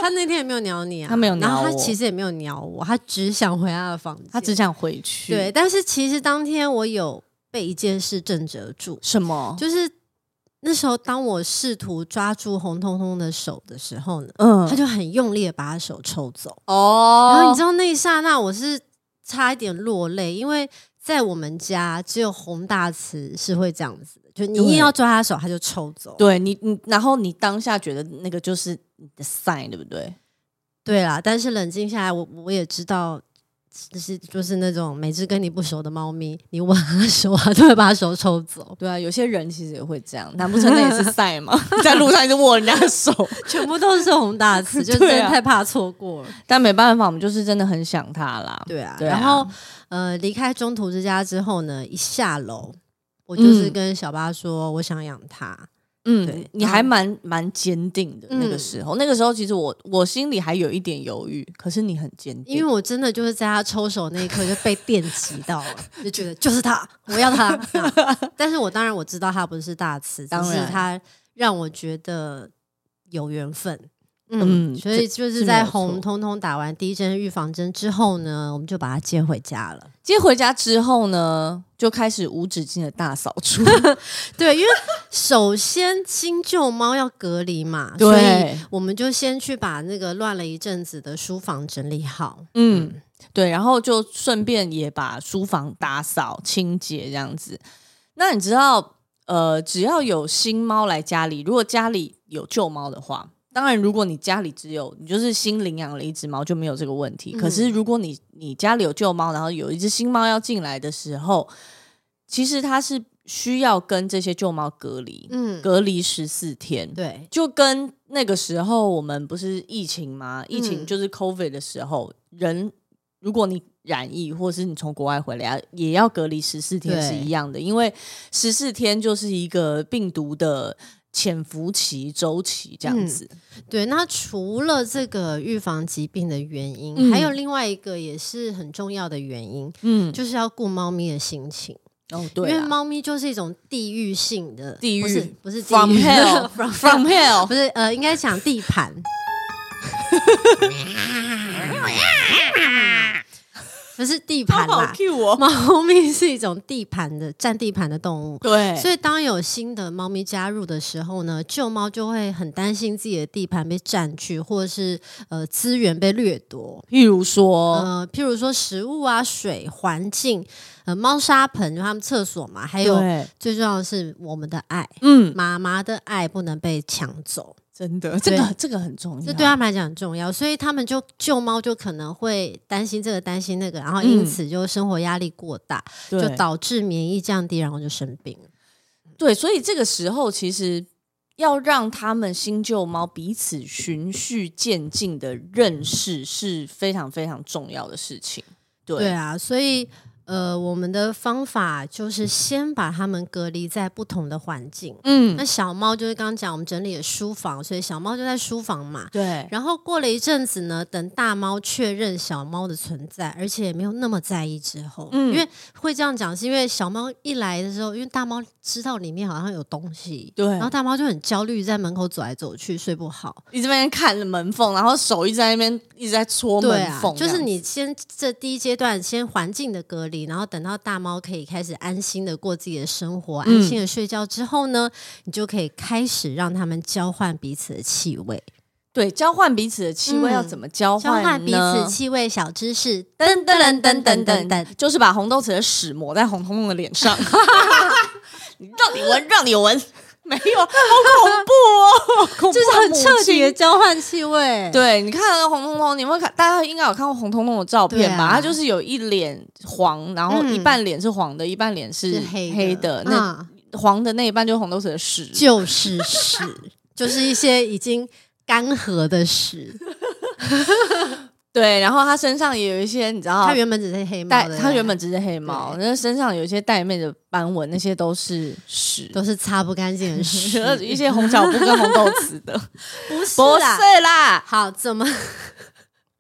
[SPEAKER 2] 他那天也没有鸟你啊，
[SPEAKER 1] 他没有
[SPEAKER 2] 然后
[SPEAKER 1] 鸟
[SPEAKER 2] 他
[SPEAKER 1] 我
[SPEAKER 2] 其实也没有鸟我，他只想回 *laughs* 他的房间，
[SPEAKER 1] 他只想回去。
[SPEAKER 2] 对，，但是其实当天我有被一件事震慑住，
[SPEAKER 1] 什么？
[SPEAKER 2] 就是那时候当我试图抓住红彤彤的手的时候呢，
[SPEAKER 1] 嗯
[SPEAKER 2] 他就很用力的把他手抽走。
[SPEAKER 1] 哦，
[SPEAKER 2] 然后你知
[SPEAKER 1] 道
[SPEAKER 2] 道那一刹那，我是差一点落泪，因为在我们家只有洪大慈是会这样子的，就你
[SPEAKER 1] 对
[SPEAKER 2] 一要抓他手，他就抽走。
[SPEAKER 1] 对你你，然后你当下觉得那个就是你的 sign，对不对？
[SPEAKER 2] 对啦，但是冷静下来，我我也知道就是就是那种每只跟你不熟的猫咪，你握它手， *laughs* 它就会把它手抽走，
[SPEAKER 1] 对啊，有些人其实也会这样，难不成那也是赛 *laughs* 吗？在路上一直握人家的手，
[SPEAKER 2] *laughs* 全部都是这种 *laughs* 大词，就真
[SPEAKER 1] 对
[SPEAKER 2] 的
[SPEAKER 1] 啊
[SPEAKER 2] 太怕错过了。
[SPEAKER 1] *laughs* 但没办法，我们就是真的很想他啦。
[SPEAKER 2] 对啊，
[SPEAKER 1] 对啊
[SPEAKER 2] 然后呃，离开中途之家之后呢，一下楼，我就是
[SPEAKER 1] 嗯
[SPEAKER 2] 跟小巴说，我想养它。
[SPEAKER 1] 嗯
[SPEAKER 2] 对，
[SPEAKER 1] 你还蛮蛮坚定的。
[SPEAKER 2] 嗯
[SPEAKER 1] 那个时候，那个时候其实我我心里还有一点犹豫，可是你很坚
[SPEAKER 2] 因为
[SPEAKER 1] 定。
[SPEAKER 2] 我真的就是在他抽手那一刻就被电击到了，就觉得就是他，我要他。
[SPEAKER 1] *laughs*
[SPEAKER 2] 啊但是我当然我知道他不是大慈，只
[SPEAKER 1] 当
[SPEAKER 2] 是
[SPEAKER 1] 然
[SPEAKER 2] 他让我觉得有缘分。
[SPEAKER 1] 嗯
[SPEAKER 2] 嗯，所
[SPEAKER 1] 这
[SPEAKER 2] 以就是
[SPEAKER 1] 是
[SPEAKER 2] 在
[SPEAKER 1] 没有
[SPEAKER 2] 红
[SPEAKER 1] 错
[SPEAKER 2] 通通打完第一针预防针之后呢，我们就把他接回家了。
[SPEAKER 1] 接回家之后呢，就开始无止境的大扫 *laughs* 除。
[SPEAKER 2] 对，因为首先新旧猫要隔离嘛，
[SPEAKER 1] 对
[SPEAKER 2] 所以我们就先去把那个乱了一阵子的书房整理好。
[SPEAKER 1] 嗯，对，然后就顺便也把书房打扫清洁这样子。那你知道，呃，只要有新猫来家里，如果家里有旧猫的话，当然，如果你家里只有你就是新领养了一只猫，就没有这个问题。
[SPEAKER 2] 嗯
[SPEAKER 1] 可是如果你你家里有旧猫，然后有一只新猫要进来的时候，其实它是需要跟这些旧猫隔离，
[SPEAKER 2] 嗯，
[SPEAKER 1] 隔离十四天。
[SPEAKER 2] 对，
[SPEAKER 1] 就跟那个时候我们不是疫情吗？疫情
[SPEAKER 2] 嗯
[SPEAKER 1] 就是 COVID 的时候，人如果你染疫，或是你从国外回来，也要隔离十四天
[SPEAKER 2] 对
[SPEAKER 1] 是一样的，因为十四天就是一个病毒的潜伏期、周期这样子。
[SPEAKER 2] 对，那除了这个预防疾病的原因，
[SPEAKER 1] 嗯
[SPEAKER 2] 还有另外一个也是很重要的原因，
[SPEAKER 1] 嗯，
[SPEAKER 2] 就是要顾猫咪的心情，
[SPEAKER 1] 哦
[SPEAKER 2] 嗯因
[SPEAKER 1] 对
[SPEAKER 2] 为
[SPEAKER 1] *laughs* 啊
[SPEAKER 2] 猫咪就是一种地域性的
[SPEAKER 1] 地
[SPEAKER 2] 不
[SPEAKER 1] 狱
[SPEAKER 2] 是不是地
[SPEAKER 1] from
[SPEAKER 2] 狱
[SPEAKER 1] hell
[SPEAKER 2] *laughs* from
[SPEAKER 1] from *laughs* hell，
[SPEAKER 2] 不是呃，应该讲地盘。 *laughs* 不是地盘啦，
[SPEAKER 1] Q 哦，
[SPEAKER 2] 猫咪是一种地盘的占地盘的动物，
[SPEAKER 1] 对，
[SPEAKER 2] 所以当有新的猫咪加入的时候呢，旧猫就会很担心自己的地盘被占据，或者是呃资源被掠夺。
[SPEAKER 1] 譬如说，
[SPEAKER 2] 呃，譬如说食物啊、水、环境，呃，猫砂盆，就他们厕所嘛，还有
[SPEAKER 1] 对，
[SPEAKER 2] 最重要的是我们的爱，
[SPEAKER 1] 嗯，
[SPEAKER 2] 妈妈的爱不能被抢走，
[SPEAKER 1] 真的，这个
[SPEAKER 2] 对
[SPEAKER 1] 这个很重要，
[SPEAKER 2] 这对啊他们来讲很重要，所以他们就救猫就可能会担心这个担心那个，然后因
[SPEAKER 1] 嗯
[SPEAKER 2] 此就生活压力过大，
[SPEAKER 1] 对
[SPEAKER 2] 就导致免疫降低，然后就生病了。
[SPEAKER 1] 对，所以这个时候其实要让他们新旧猫彼此循序渐进的认识是非常非常重要的事情。对，
[SPEAKER 2] 对啊，所以呃，我们的方法就是先把它们隔离在不同的环境。那
[SPEAKER 1] 嗯，
[SPEAKER 2] 小猫就是刚刚讲，我们整理了书房，所以小猫就在书房嘛。
[SPEAKER 1] 对，
[SPEAKER 2] 然后过了一阵子呢，等大猫确认小猫的存在，而且也没有那么在意之后，
[SPEAKER 1] 嗯
[SPEAKER 2] 因为会这样讲，是因为小猫一来的时候，因为大猫知道里面好像有东西，
[SPEAKER 1] 对
[SPEAKER 2] 然后大猫就很焦虑，在门口走来走去，睡不好。
[SPEAKER 1] 一直在那边看着门缝，然后手一直在那边一直在戳
[SPEAKER 2] 对
[SPEAKER 1] 门
[SPEAKER 2] 啊
[SPEAKER 1] 缝，，
[SPEAKER 2] 就是你先这第一阶段先环境的隔离，然后等到大猫可以开始安心的过自己的生活，
[SPEAKER 1] 嗯
[SPEAKER 2] 安心的睡觉之后呢，你就可以开始让它们交换彼此的气味，
[SPEAKER 1] 对交换彼此的气味
[SPEAKER 2] 嗯
[SPEAKER 1] 要怎么交
[SPEAKER 2] 交
[SPEAKER 1] 呢
[SPEAKER 2] 换彼此气味小知识。
[SPEAKER 1] 噔噔噔噔噔
[SPEAKER 2] 噔
[SPEAKER 1] 噔
[SPEAKER 2] 噔
[SPEAKER 1] 噔，就是把红豆子的屎抹在红彤彤的脸
[SPEAKER 2] *laughs*
[SPEAKER 1] 上，你让你闻，让你闻， *laughs* 没有，好恐怖哦，
[SPEAKER 2] *laughs*
[SPEAKER 1] 恐怖
[SPEAKER 2] 就是
[SPEAKER 1] 的
[SPEAKER 2] 很
[SPEAKER 1] 母
[SPEAKER 2] 彻底
[SPEAKER 1] 亲
[SPEAKER 2] 的交换气味，
[SPEAKER 1] 对，你看红彤彤，你有没有看？大家应该有看过红彤彤的照片吧？
[SPEAKER 2] 对啊
[SPEAKER 1] 她就是有一脸黄，然后
[SPEAKER 2] 嗯
[SPEAKER 1] 一半脸是黄的，一半脸是
[SPEAKER 2] 是黑
[SPEAKER 1] 黑
[SPEAKER 2] 的
[SPEAKER 1] 的。，那
[SPEAKER 2] 啊
[SPEAKER 1] 黄的那一半就是红豆水的屎。
[SPEAKER 2] 就是屎， *laughs* 就是一些已经干涸的屎。
[SPEAKER 1] 对，然后她身上也有一些，你知道
[SPEAKER 2] 它，原本只是黑猫
[SPEAKER 1] 带
[SPEAKER 2] 的，
[SPEAKER 1] 她原本只是黑毛，那身上有一些带妹的斑纹，那些都是屎。
[SPEAKER 2] 都是擦不干净的 *laughs* 屎，
[SPEAKER 1] *laughs* 一些红脚布跟红豆子的，
[SPEAKER 2] 不 *laughs* 是
[SPEAKER 1] 不
[SPEAKER 2] 啦。
[SPEAKER 1] 是啦，
[SPEAKER 2] 好，怎么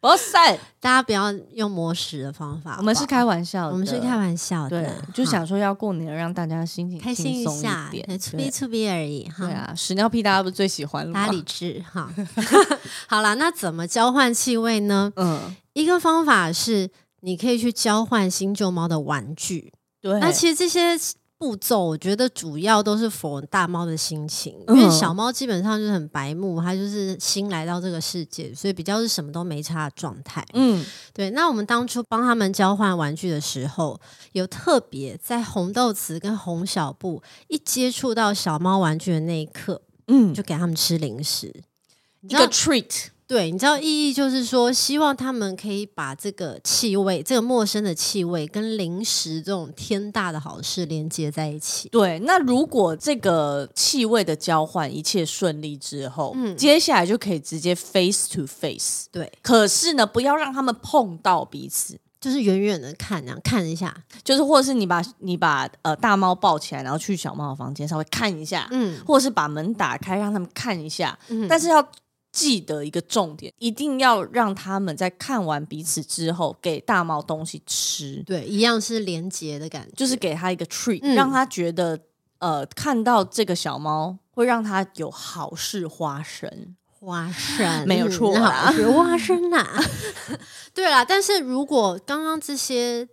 [SPEAKER 1] 不是，
[SPEAKER 2] 大家不要用磨石的方法，
[SPEAKER 1] 我们是
[SPEAKER 2] 好不
[SPEAKER 1] 开玩笑
[SPEAKER 2] 好
[SPEAKER 1] 的，
[SPEAKER 2] 我们是开玩笑的，
[SPEAKER 1] 对，就
[SPEAKER 2] 哈
[SPEAKER 1] 想说要过年让大家心情
[SPEAKER 2] 开心
[SPEAKER 1] 轻
[SPEAKER 2] 一
[SPEAKER 1] 松
[SPEAKER 2] 下，
[SPEAKER 1] 点
[SPEAKER 2] 对，粗
[SPEAKER 1] 对
[SPEAKER 2] 逼粗逼而已哈。
[SPEAKER 1] *laughs* 对啊，嗯屎尿屁大家不是最喜欢了
[SPEAKER 2] 大
[SPEAKER 1] 吗
[SPEAKER 2] 家？理智哈， *laughs* 好啦，那怎么交换气味呢？
[SPEAKER 1] 嗯，
[SPEAKER 2] 一个方法是你可以去交换新旧猫的玩具。
[SPEAKER 1] 对
[SPEAKER 2] 那其实这些步骤，我觉得主要都是符合大猫的心情，因为
[SPEAKER 1] 嗯
[SPEAKER 2] 小猫基本上就是很白目，它就是新来到这个世界，所以比较是什么都没差的状态。
[SPEAKER 1] 嗯，
[SPEAKER 2] 对，那我们当初帮他们交换玩具的时候，有特别在红豆词跟红小布一接触到小猫玩具的那一刻，
[SPEAKER 1] 嗯，
[SPEAKER 2] 就给他们吃零食。你
[SPEAKER 1] 一
[SPEAKER 2] 知道
[SPEAKER 1] 个 treat，
[SPEAKER 2] 对，你知道意义就是说，希望他们可以把这个气味，这个陌生的气味跟零食这种天大的好事连接在一起。
[SPEAKER 1] 对，那如果这个气味的交换一切顺利之后，接下来就可以直接 face to face。
[SPEAKER 2] 对，
[SPEAKER 1] 可是呢，不要让他们碰到彼此，
[SPEAKER 2] 就是远远的看，这样看一下，
[SPEAKER 1] 就是或者是你把你把呃大猫抱起来，然后去小猫的房间稍微看一下，
[SPEAKER 2] 嗯，
[SPEAKER 1] 或者是把门打开让他们看一下，
[SPEAKER 2] 嗯
[SPEAKER 1] 但是要。记得一个重点，一定要让他们在看完彼此之后给大猫东西吃，
[SPEAKER 2] 对，一样是连接的感觉，
[SPEAKER 1] 就是给他一个 treat，、
[SPEAKER 2] 嗯
[SPEAKER 1] 让他觉得呃看到这个小猫会让他有好事发生。
[SPEAKER 2] 花生，
[SPEAKER 1] 没有
[SPEAKER 2] 嗯
[SPEAKER 1] 错
[SPEAKER 2] 那好
[SPEAKER 1] 啦
[SPEAKER 2] 是花
[SPEAKER 1] *laughs*
[SPEAKER 2] 生啦。对啦，但是如果刚刚这些，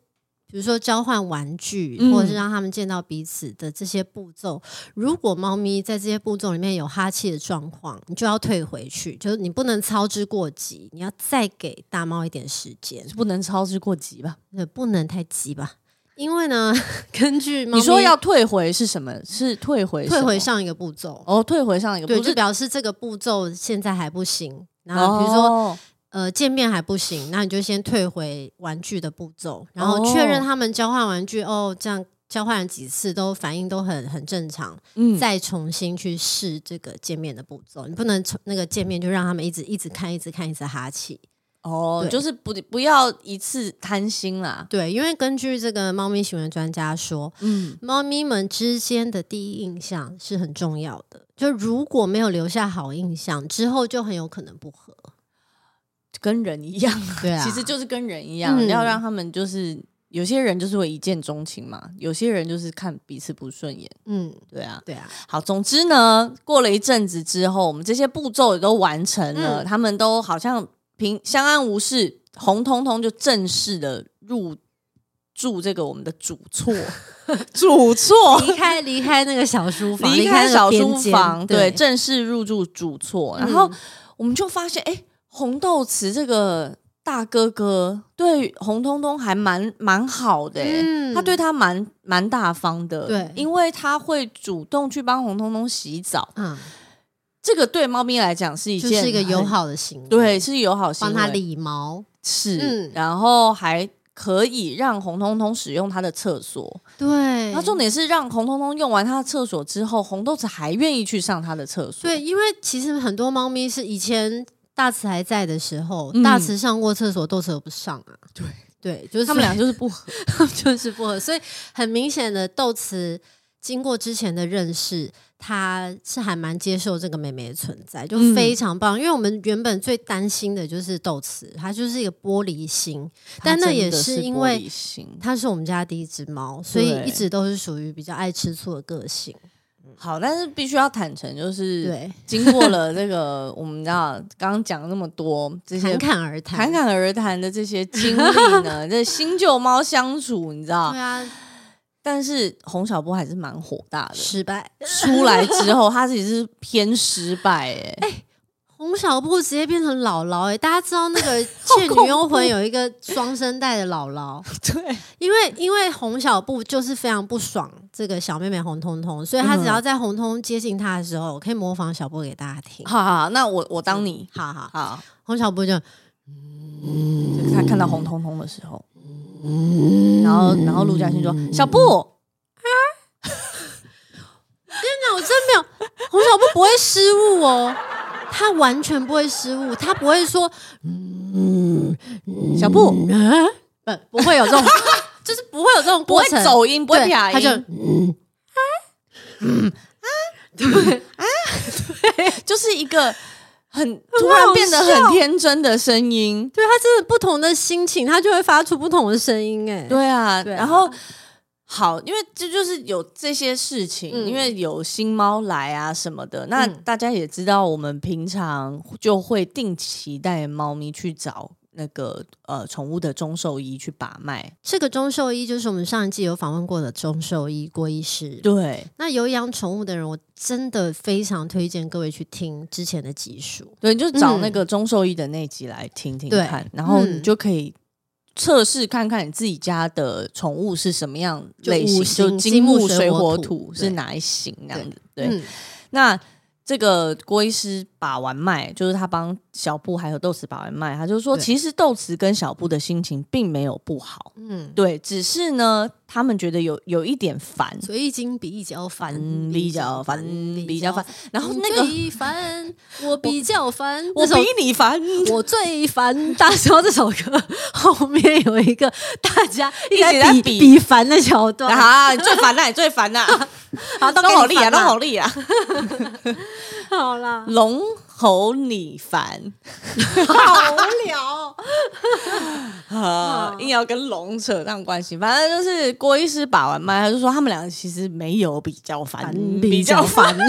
[SPEAKER 2] 比如说交换玩具，
[SPEAKER 1] 嗯
[SPEAKER 2] 或者是让他们见到彼此的这些步骤，如果猫咪在这些步骤里面有哈气的状况，你就要退回去，就是你不能操之过急，你要再给大猫一点时间，
[SPEAKER 1] 不能操之过急吧？
[SPEAKER 2] 对不能太急吧。因为呢，根据猫
[SPEAKER 1] 你说
[SPEAKER 2] 咪
[SPEAKER 1] 要退回是什么？是退回
[SPEAKER 2] 退回
[SPEAKER 1] 什么
[SPEAKER 2] 上一个步骤，
[SPEAKER 1] 哦，退回上一个
[SPEAKER 2] 对，
[SPEAKER 1] 不
[SPEAKER 2] 就是表示这个步骤现在还不行。然后
[SPEAKER 1] 哦，
[SPEAKER 2] 比如说呃见面还不行，那你就先退回玩具的步骤，然后确认
[SPEAKER 1] 哦
[SPEAKER 2] 他们交换玩具哦，这样交换了几次都反应都很很正常，
[SPEAKER 1] 嗯，
[SPEAKER 2] 再重新去试这个见面的步骤。你不能从那个见面就让他们一直一直看，一直看，一直哈气。
[SPEAKER 1] 哦，
[SPEAKER 2] 对
[SPEAKER 1] 就是不不要一次贪心啦。
[SPEAKER 2] 对，因为根据这个猫咪行为专家说，
[SPEAKER 1] 嗯，
[SPEAKER 2] 猫咪们之间的第一印象是很重要的。就如果没有留下好印象，之后就很有可能不合。
[SPEAKER 1] 跟人一样，
[SPEAKER 2] 对啊，
[SPEAKER 1] 其实就是跟人一样，
[SPEAKER 2] 嗯
[SPEAKER 1] 要让他们就是有些人就是会一见钟情嘛，有些人就是看彼此不顺眼，
[SPEAKER 2] 嗯，
[SPEAKER 1] 对啊。
[SPEAKER 2] 对啊，
[SPEAKER 1] 好，总之呢，过了一阵子之后，我们这些步骤也都完成了，
[SPEAKER 2] 嗯
[SPEAKER 1] 他们都好像平相安无事，红彤彤就正式的入住这个我们的主
[SPEAKER 2] *laughs*
[SPEAKER 1] 厝，主厝
[SPEAKER 2] 离开离开那个小书房，
[SPEAKER 1] 离
[SPEAKER 2] 开
[SPEAKER 1] 开
[SPEAKER 2] 那个
[SPEAKER 1] 小书
[SPEAKER 2] 边间
[SPEAKER 1] 房，对，
[SPEAKER 2] 对，
[SPEAKER 1] 正式入住主厝，然
[SPEAKER 2] 嗯
[SPEAKER 1] 后我们就发现，哎、红豆池这个大哥哥对红彤彤还蛮蛮好的、诶
[SPEAKER 2] 嗯
[SPEAKER 1] 他对他蛮蛮大方的，
[SPEAKER 2] 对
[SPEAKER 1] 因为他会主动去帮红彤彤洗澡，
[SPEAKER 2] 嗯，
[SPEAKER 1] 这个对猫咪来讲是一
[SPEAKER 2] 就
[SPEAKER 1] 件
[SPEAKER 2] 是一个友
[SPEAKER 1] 很，
[SPEAKER 2] 好的行为，
[SPEAKER 1] 对，，是友好行
[SPEAKER 2] 帮
[SPEAKER 1] 为，
[SPEAKER 2] 他理毛，
[SPEAKER 1] 是，
[SPEAKER 2] 嗯
[SPEAKER 1] 然后还。可以让红彤彤使用他的厕所，
[SPEAKER 2] 对，
[SPEAKER 1] 然后重点是让红彤彤用完他的厕所之后，红豆子还愿意去上他的厕所。
[SPEAKER 2] 对，因为其实很多猫咪是以前大慈还在的时候，
[SPEAKER 1] 嗯
[SPEAKER 2] 大慈上过厕所，豆豉不上啊，对对，就是
[SPEAKER 1] 他们俩就是不合。
[SPEAKER 2] 就是不合，所以很明显的豆豉经过之前的认识，他是还蛮接受这个妹妹的存在，就
[SPEAKER 1] 嗯
[SPEAKER 2] 非常棒。因为我们原本最担心的就是豆豉，它就是一个玻璃心， *laughs* 但那
[SPEAKER 1] 他真
[SPEAKER 2] 也
[SPEAKER 1] 的
[SPEAKER 2] 是
[SPEAKER 1] 是
[SPEAKER 2] 因
[SPEAKER 1] 玻
[SPEAKER 2] 为
[SPEAKER 1] 璃心
[SPEAKER 2] 它是我们家第一只猫，所以
[SPEAKER 1] 对
[SPEAKER 2] 一直都是属于比较爱吃醋的个性。
[SPEAKER 1] 好，但是必须要坦诚，就是
[SPEAKER 2] 对，
[SPEAKER 1] 经过了这个我们知道刚刚讲了那么多这些
[SPEAKER 2] 侃侃而谈，
[SPEAKER 1] 侃侃而谈的这些经历
[SPEAKER 2] *laughs*
[SPEAKER 1] 呢，这新旧猫相处，你知道
[SPEAKER 2] 对，啊，
[SPEAKER 1] 但是洪小波还是蛮火大的。
[SPEAKER 2] 失败。
[SPEAKER 1] 出来之后，他自己是偏失败哎、
[SPEAKER 2] 洪小布直接变成姥姥哎、欸大家知道那个
[SPEAKER 1] *laughs*
[SPEAKER 2] 《倩女幽魂》有一个双声带的姥姥，
[SPEAKER 1] 对，
[SPEAKER 2] 因为因为洪小布就是非常不爽这个小妹妹红彤彤，所以
[SPEAKER 1] 嗯
[SPEAKER 2] 他只要在红彤彤接近他的时候，我可以模仿小布给大家听。
[SPEAKER 1] 好好好，那我我当你、
[SPEAKER 2] 好好，
[SPEAKER 1] 好，
[SPEAKER 2] 洪小布就嗯
[SPEAKER 1] 就是他看到红彤彤的时候，然后然后陆嘉欣说：“小布，
[SPEAKER 2] 那我真没有，洪小布不会失误哦，他完全不会失误，他不会说
[SPEAKER 1] 小布，呃
[SPEAKER 2] 嗯，不不会有
[SPEAKER 1] *laughs*
[SPEAKER 2] 这种，就是不会有这种
[SPEAKER 1] 不
[SPEAKER 2] 过
[SPEAKER 1] 会
[SPEAKER 2] 程，
[SPEAKER 1] 走音，不会
[SPEAKER 2] 对
[SPEAKER 1] 撇音，
[SPEAKER 2] 他就
[SPEAKER 1] 就是一个很突
[SPEAKER 2] 好
[SPEAKER 1] 然变得
[SPEAKER 2] 笑
[SPEAKER 1] 很天真的声音。
[SPEAKER 2] 对他真的不同的心情，他就会发出不同的声音。哎，
[SPEAKER 1] 对啊，
[SPEAKER 2] 对啊
[SPEAKER 1] 然后好，因为这就是有这些事情，
[SPEAKER 2] 嗯
[SPEAKER 1] 因为有新猫来啊什么的。那
[SPEAKER 2] 嗯
[SPEAKER 1] 大家也知道，我们平常就会定期带猫咪去找。那个呃，宠物的中兽医去把脉，
[SPEAKER 2] 这个中兽医就是我们上一季有访问过的中兽医郭医师。
[SPEAKER 1] 对
[SPEAKER 2] 那有养宠物的人，我真的非常推荐各位去听之前的集数。
[SPEAKER 1] 对，你就找
[SPEAKER 2] 嗯
[SPEAKER 1] 那个中兽医的那集来听听
[SPEAKER 2] 对
[SPEAKER 1] 看，然后
[SPEAKER 2] 嗯
[SPEAKER 1] 你就可以测试看看你自己家的宠物是什么样
[SPEAKER 2] 就
[SPEAKER 1] 类
[SPEAKER 2] 五
[SPEAKER 1] 型，就
[SPEAKER 2] 行
[SPEAKER 1] 金
[SPEAKER 2] 金木
[SPEAKER 1] 木
[SPEAKER 2] 水
[SPEAKER 1] 水
[SPEAKER 2] 火
[SPEAKER 1] 火
[SPEAKER 2] 土
[SPEAKER 1] 土
[SPEAKER 2] 对
[SPEAKER 1] 是哪一型那样子，对，
[SPEAKER 2] 嗯，
[SPEAKER 1] 那这个郭医师把完脉，就是他帮小布还有豆豉把完脉，他就说，
[SPEAKER 2] 对
[SPEAKER 1] 其实豆豉跟小布的心情并没有不好，
[SPEAKER 2] 嗯，
[SPEAKER 1] 对，只是呢，他们觉得有有一点烦，
[SPEAKER 2] 所以一斤比一较烦，
[SPEAKER 1] 嗯比较烦，比较烦，。然后那
[SPEAKER 2] 你
[SPEAKER 1] 个
[SPEAKER 2] 最烦，我比较烦，
[SPEAKER 1] 我
[SPEAKER 2] 那首
[SPEAKER 1] 比你
[SPEAKER 2] *laughs*
[SPEAKER 1] 烦，
[SPEAKER 2] 我最烦大肖这首歌后面有一个大家一
[SPEAKER 1] 一起
[SPEAKER 2] 直
[SPEAKER 1] 在
[SPEAKER 2] 在
[SPEAKER 1] 比
[SPEAKER 2] 比比烦的桥段，
[SPEAKER 1] 啊，你最烦啦，你最烦啦，
[SPEAKER 2] *laughs* 好
[SPEAKER 1] 都
[SPEAKER 2] 给你
[SPEAKER 1] 好厉啊，
[SPEAKER 2] 烦
[SPEAKER 1] 都
[SPEAKER 2] 啦
[SPEAKER 1] 好厉啊，*laughs*
[SPEAKER 2] 好啦，
[SPEAKER 1] 龙吼你烦
[SPEAKER 2] 好无聊哦，
[SPEAKER 1] 啊，硬要跟龙扯上关系，反正就是郭医师把完脉，他就说他们两个其实没有比较烦，
[SPEAKER 2] 比较
[SPEAKER 1] 烦。
[SPEAKER 2] 烦。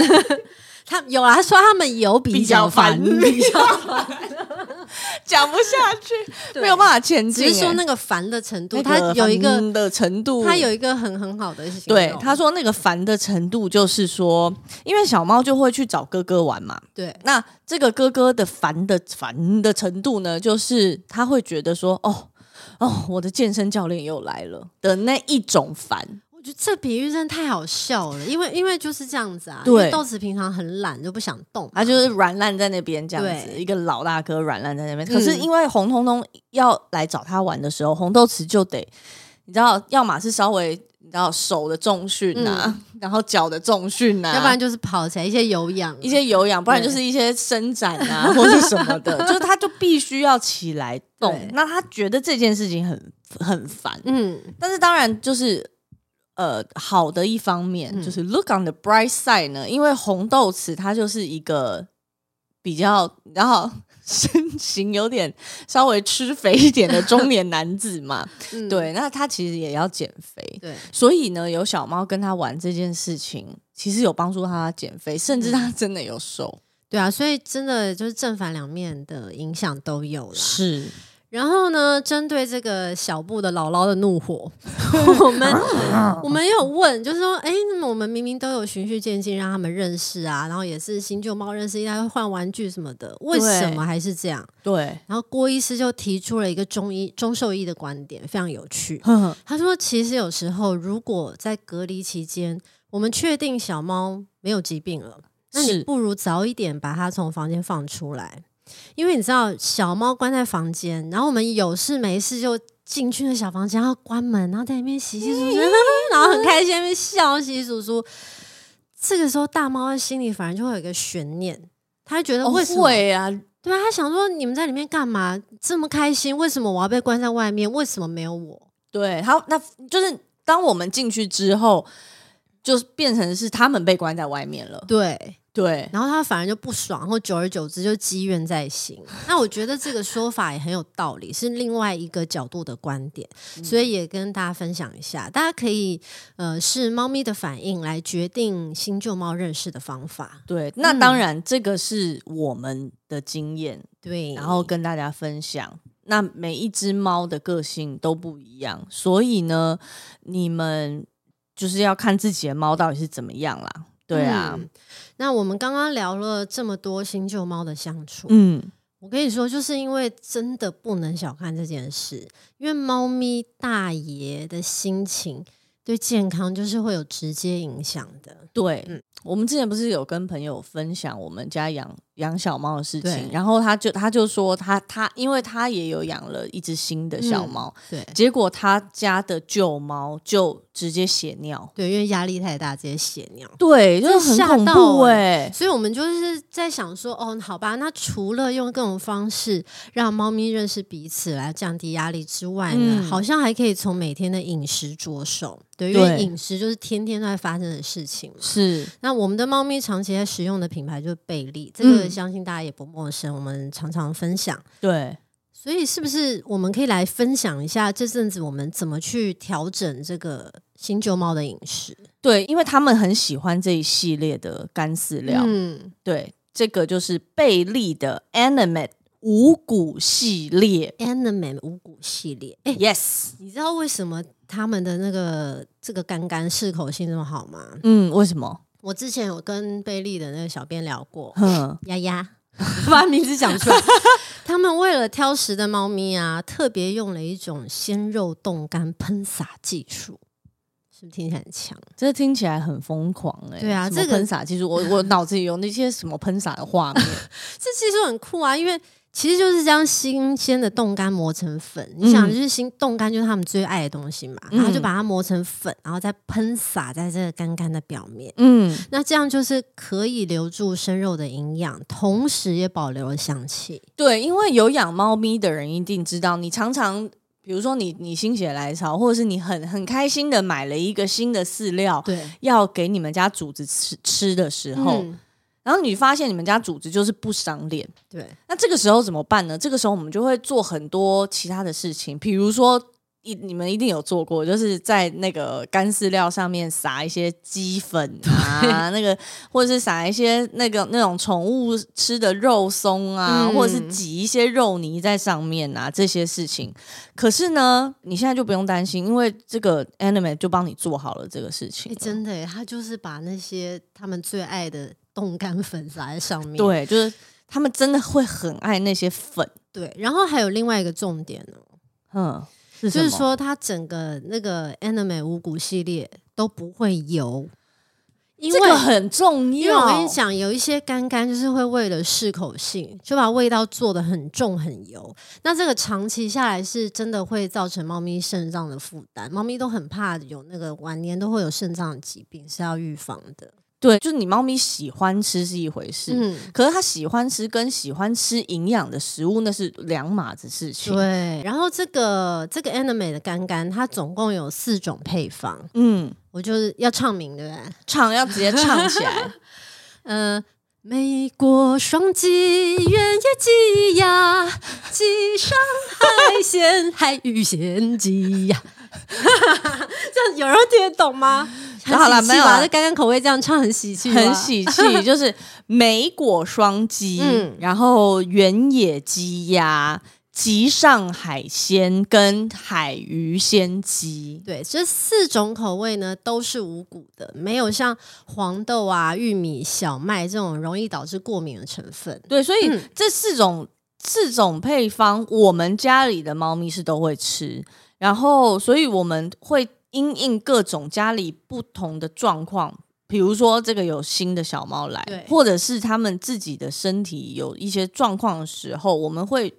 [SPEAKER 2] 他有啦，他说他们有比较烦，
[SPEAKER 1] 比较烦，讲不下去，没有办法前进、
[SPEAKER 2] 只是说
[SPEAKER 1] 哎
[SPEAKER 2] 那个烦的程度，
[SPEAKER 1] 那
[SPEAKER 2] 他有一个
[SPEAKER 1] 烦的程度，
[SPEAKER 2] 他有一个很很好的形容
[SPEAKER 1] 对他说那个烦的程度，就是说，因为小猫就会去找哥哥玩嘛。
[SPEAKER 2] 对
[SPEAKER 1] 那这个哥哥的烦的烦的程度呢，就是他会觉得说，哦哦，我的健身教练又来了的那一种烦。
[SPEAKER 2] 我觉得这比喻真的太好笑了，因为因为就是这样子啊。
[SPEAKER 1] 对
[SPEAKER 2] 因为豆子平常很懒，就不想动。
[SPEAKER 1] 他就是软烂在那边这样子，
[SPEAKER 2] 对
[SPEAKER 1] 一个老大哥软烂在那边。
[SPEAKER 2] 嗯
[SPEAKER 1] 可是因为红彤彤要来找他玩的时候，红豆池就得，你知道，要么是稍微你知道手的重训啊， *laughs* 然后脚的重训啊，
[SPEAKER 2] 嗯要不然就是跑起来一些有氧啊，
[SPEAKER 1] 一些有氧，不然就是一些伸展
[SPEAKER 2] *laughs*
[SPEAKER 1] 啊，或是什么的，就是他就必须要起来动
[SPEAKER 2] 对。
[SPEAKER 1] 那他觉得这件事情很很烦，
[SPEAKER 2] 嗯，
[SPEAKER 1] *laughs* 但是当然就是。呃，好的一方面、
[SPEAKER 2] 嗯
[SPEAKER 1] 就是 look on the bright side 呢，因为红豆词它就是一个比较，然后 *laughs* 身形有点稍微吃肥一点的中年男子嘛，
[SPEAKER 2] *laughs* 嗯
[SPEAKER 1] 对，那他其实也要减肥，
[SPEAKER 2] 对，
[SPEAKER 1] 所以呢，有小猫跟他玩这件事情，其实有帮助他减肥，甚至
[SPEAKER 2] 嗯
[SPEAKER 1] 他真的有瘦。
[SPEAKER 2] 对啊，所以真的就是正反两面的影响都有啦。
[SPEAKER 1] 是，
[SPEAKER 2] 然后呢，针对这个小布的姥姥的
[SPEAKER 1] *laughs*
[SPEAKER 2] 怒火，我们我们也有问，就是说，哎，那么我们明明都有循序渐进让他们认识啊，然后也是新旧猫认识，应该会换玩具什么的，为
[SPEAKER 1] 对
[SPEAKER 2] 什么还是这样？ *laughs*
[SPEAKER 1] 对，
[SPEAKER 2] 然后郭医师就提出了一个中医中兽医的观点，非常有趣。
[SPEAKER 1] 哼
[SPEAKER 2] 他说，其实有时候如果在隔离期间，我们确定小猫没有疾病了，那
[SPEAKER 1] 是
[SPEAKER 2] 你不如早一点把它从房间放出来，因为你知道小猫关在房间，然后我们有事没事就。进去那小房间，然后关门，然后在里面洗洗簌簌，然后很开心，在那边笑洗洗簌簌。这个时候，大猫的心里反而就会有一个悬念，它会觉得
[SPEAKER 1] 哦
[SPEAKER 2] 为什么
[SPEAKER 1] 会啊，
[SPEAKER 2] 对啊，他想说你们在里面干嘛这么开心？为什么我要被关在外面？为什么没有我？
[SPEAKER 1] 对，好，那就是当我们进去之后，就是变成是他们被关在外面了。
[SPEAKER 2] 对，
[SPEAKER 1] 对，
[SPEAKER 2] 然后他反而就不爽，然后久而久之就积怨在心。那我觉得这个说法也很有道理，是另外一个角度的观点，
[SPEAKER 1] 嗯
[SPEAKER 2] 所以也跟大家分享一下。大家可以呃视猫咪的反应来决定新旧猫认识的方法。
[SPEAKER 1] 对，那当然，这个是我们的经验，
[SPEAKER 2] 对，
[SPEAKER 1] 然后跟大家分享。那每一只猫的个性都不一样，所以呢，你们就是要看自己的猫到底是怎么样啦。对啊，
[SPEAKER 2] 嗯那我们刚刚聊了这么多新旧猫的相处，
[SPEAKER 1] 嗯，
[SPEAKER 2] 我跟你说，就是因为真的不能小看这件事，因为猫咪大爷的心情对健康就是会有直接影响的。
[SPEAKER 1] 对，
[SPEAKER 2] 嗯
[SPEAKER 1] 我们之前不是有跟朋友分享我们家养养小猫的事情
[SPEAKER 2] 对，
[SPEAKER 1] 然后他就他就说他他因为他也有养了一只新的小猫，
[SPEAKER 2] 对
[SPEAKER 1] 结果他家的旧猫就直接血尿，
[SPEAKER 2] 对，因为压力太大，直接血尿。
[SPEAKER 1] 对，就
[SPEAKER 2] 这
[SPEAKER 1] 很
[SPEAKER 2] 吓
[SPEAKER 1] 恐
[SPEAKER 2] 到
[SPEAKER 1] 怖
[SPEAKER 2] 欸
[SPEAKER 1] 哎、
[SPEAKER 2] 所以我们就是在想说，哦，好吧，那除了用各种方式让猫咪认识彼此来降低压力之外呢，
[SPEAKER 1] 嗯
[SPEAKER 2] 好像还可以从每天的饮食着手，对，因
[SPEAKER 1] 对
[SPEAKER 2] 为饮食就是天天都在发生的事情嘛。
[SPEAKER 1] 是
[SPEAKER 2] 那我们的猫咪长期在使用的品牌就是贝利，这个
[SPEAKER 1] 嗯
[SPEAKER 2] 相信大家也不陌生，我们常常分享。
[SPEAKER 1] 对，
[SPEAKER 2] 所以，是不是我们可以来分享一下这阵子我们怎么去调整这个新旧猫的饮食？
[SPEAKER 1] 对，因为他们很喜欢这一系列的干饲料。
[SPEAKER 2] 嗯，
[SPEAKER 1] 对，这个就是贝利的 Animate 五谷系列。
[SPEAKER 2] Anime 五谷系列，哎、
[SPEAKER 1] Yes，
[SPEAKER 2] 你知道为什么他们的那个这个干干适口性这么好吗？
[SPEAKER 1] 嗯，为什么？
[SPEAKER 2] 我之前有跟贝利的那个小编聊过，
[SPEAKER 1] 嗯，
[SPEAKER 2] 丫丫， *laughs* 把名字讲出来。 *laughs* 他们为了挑食的猫咪啊，特别用了一种鲜肉冻干喷洒技术。是不是听起来很强？
[SPEAKER 1] 这听起来很疯狂哎、
[SPEAKER 2] 对啊
[SPEAKER 1] 什么
[SPEAKER 2] 这个
[SPEAKER 1] 喷洒技术，我我脑子里有那些什么喷洒的画
[SPEAKER 2] *laughs*
[SPEAKER 1] 面，
[SPEAKER 2] 这其实很酷啊，因为其实就是将新鲜的冻干磨成粉。你想，就是新冻干就是他们最爱的东西嘛，然后就把它磨成粉，然后再喷洒在这个干干的表面。
[SPEAKER 1] 嗯，
[SPEAKER 2] 那这样就是可以留住生肉的营养，同时也保留了香气。
[SPEAKER 1] 对，因为有养猫咪的人一定知道，你常常。比如说你你心血来潮，或者是你很很开心的买了一个新的饲料，
[SPEAKER 2] 对，
[SPEAKER 1] 要给你们家主子吃吃的时候，
[SPEAKER 2] 嗯，
[SPEAKER 1] 然后你发现你们家主子就是不赏脸，
[SPEAKER 2] 对，
[SPEAKER 1] 那这个时候怎么办呢？这个时候我们就会做很多其他的事情，比如说一你们一定有做过，就是在那个干饲料上面撒一些鸡粉啊，那个或者是撒一些那个那种宠物吃的肉松啊，
[SPEAKER 2] 嗯
[SPEAKER 1] 或者是挤一些肉泥在上面啊，这些事情。可是呢，你现在就不用担心，因为这个 anime 就帮你做好了这个事情
[SPEAKER 2] 哎、
[SPEAKER 1] 了。
[SPEAKER 2] 真的耶，他就是把那些他们最爱的冻干粉撒在上面。
[SPEAKER 1] 对，就是他们真的会很爱那些粉，
[SPEAKER 2] 对，然后还有另外一个重点呢，
[SPEAKER 1] 嗯，是
[SPEAKER 2] 就是
[SPEAKER 1] 什么
[SPEAKER 2] 说它整个那个 anime 五谷系列都不会油，因为
[SPEAKER 1] 这。个很重要。
[SPEAKER 2] 因为我跟你，讲，有一些干干就是会为了适口性，就把味道做的很重很油。那这个长期下来是真的会造成猫咪肾脏的负担，猫咪都很怕有那个晚年都会有肾脏疾病，是要预防的。
[SPEAKER 1] 对，就是你猫咪喜欢吃是一回事，
[SPEAKER 2] 嗯，
[SPEAKER 1] 可是它喜欢吃跟喜欢吃营养的食物那是两码子事情。
[SPEAKER 2] 对。然后这个这个 anime 的干干，它总共有四种配方，
[SPEAKER 1] 嗯，
[SPEAKER 2] 我就是要唱名，对不对？
[SPEAKER 1] 唱要直接唱起
[SPEAKER 2] *laughs*
[SPEAKER 1] 来，
[SPEAKER 2] 呃，美国双鲫、原野鸡呀，鲫上海鲜，海芋鲜鸡呀。 *laughs* 这样有人会听得懂吗？很
[SPEAKER 1] 好啦
[SPEAKER 2] 喜
[SPEAKER 1] 没
[SPEAKER 2] 气
[SPEAKER 1] 有
[SPEAKER 2] 吧？
[SPEAKER 1] 啦
[SPEAKER 2] 这刚刚口味这样唱很喜气，
[SPEAKER 1] 很。喜气，就是梅果双鸡，
[SPEAKER 2] 嗯
[SPEAKER 1] 然后原野鸡鸭、极上海鲜跟海鱼鲜鸡。
[SPEAKER 2] 对，这四种口味呢都是无谷的，没有像黄豆啊、玉米、小麦这种容易导致过敏的成分。
[SPEAKER 1] 对，所以
[SPEAKER 2] 嗯
[SPEAKER 1] 这四种、四种配方，我们家里的猫咪是都会吃，然后所以我们会因应各种家里不同的状况。比如说，这个有新的小猫
[SPEAKER 2] 对
[SPEAKER 1] 来，或者是他们自己的身体有一些状况的时候，我们会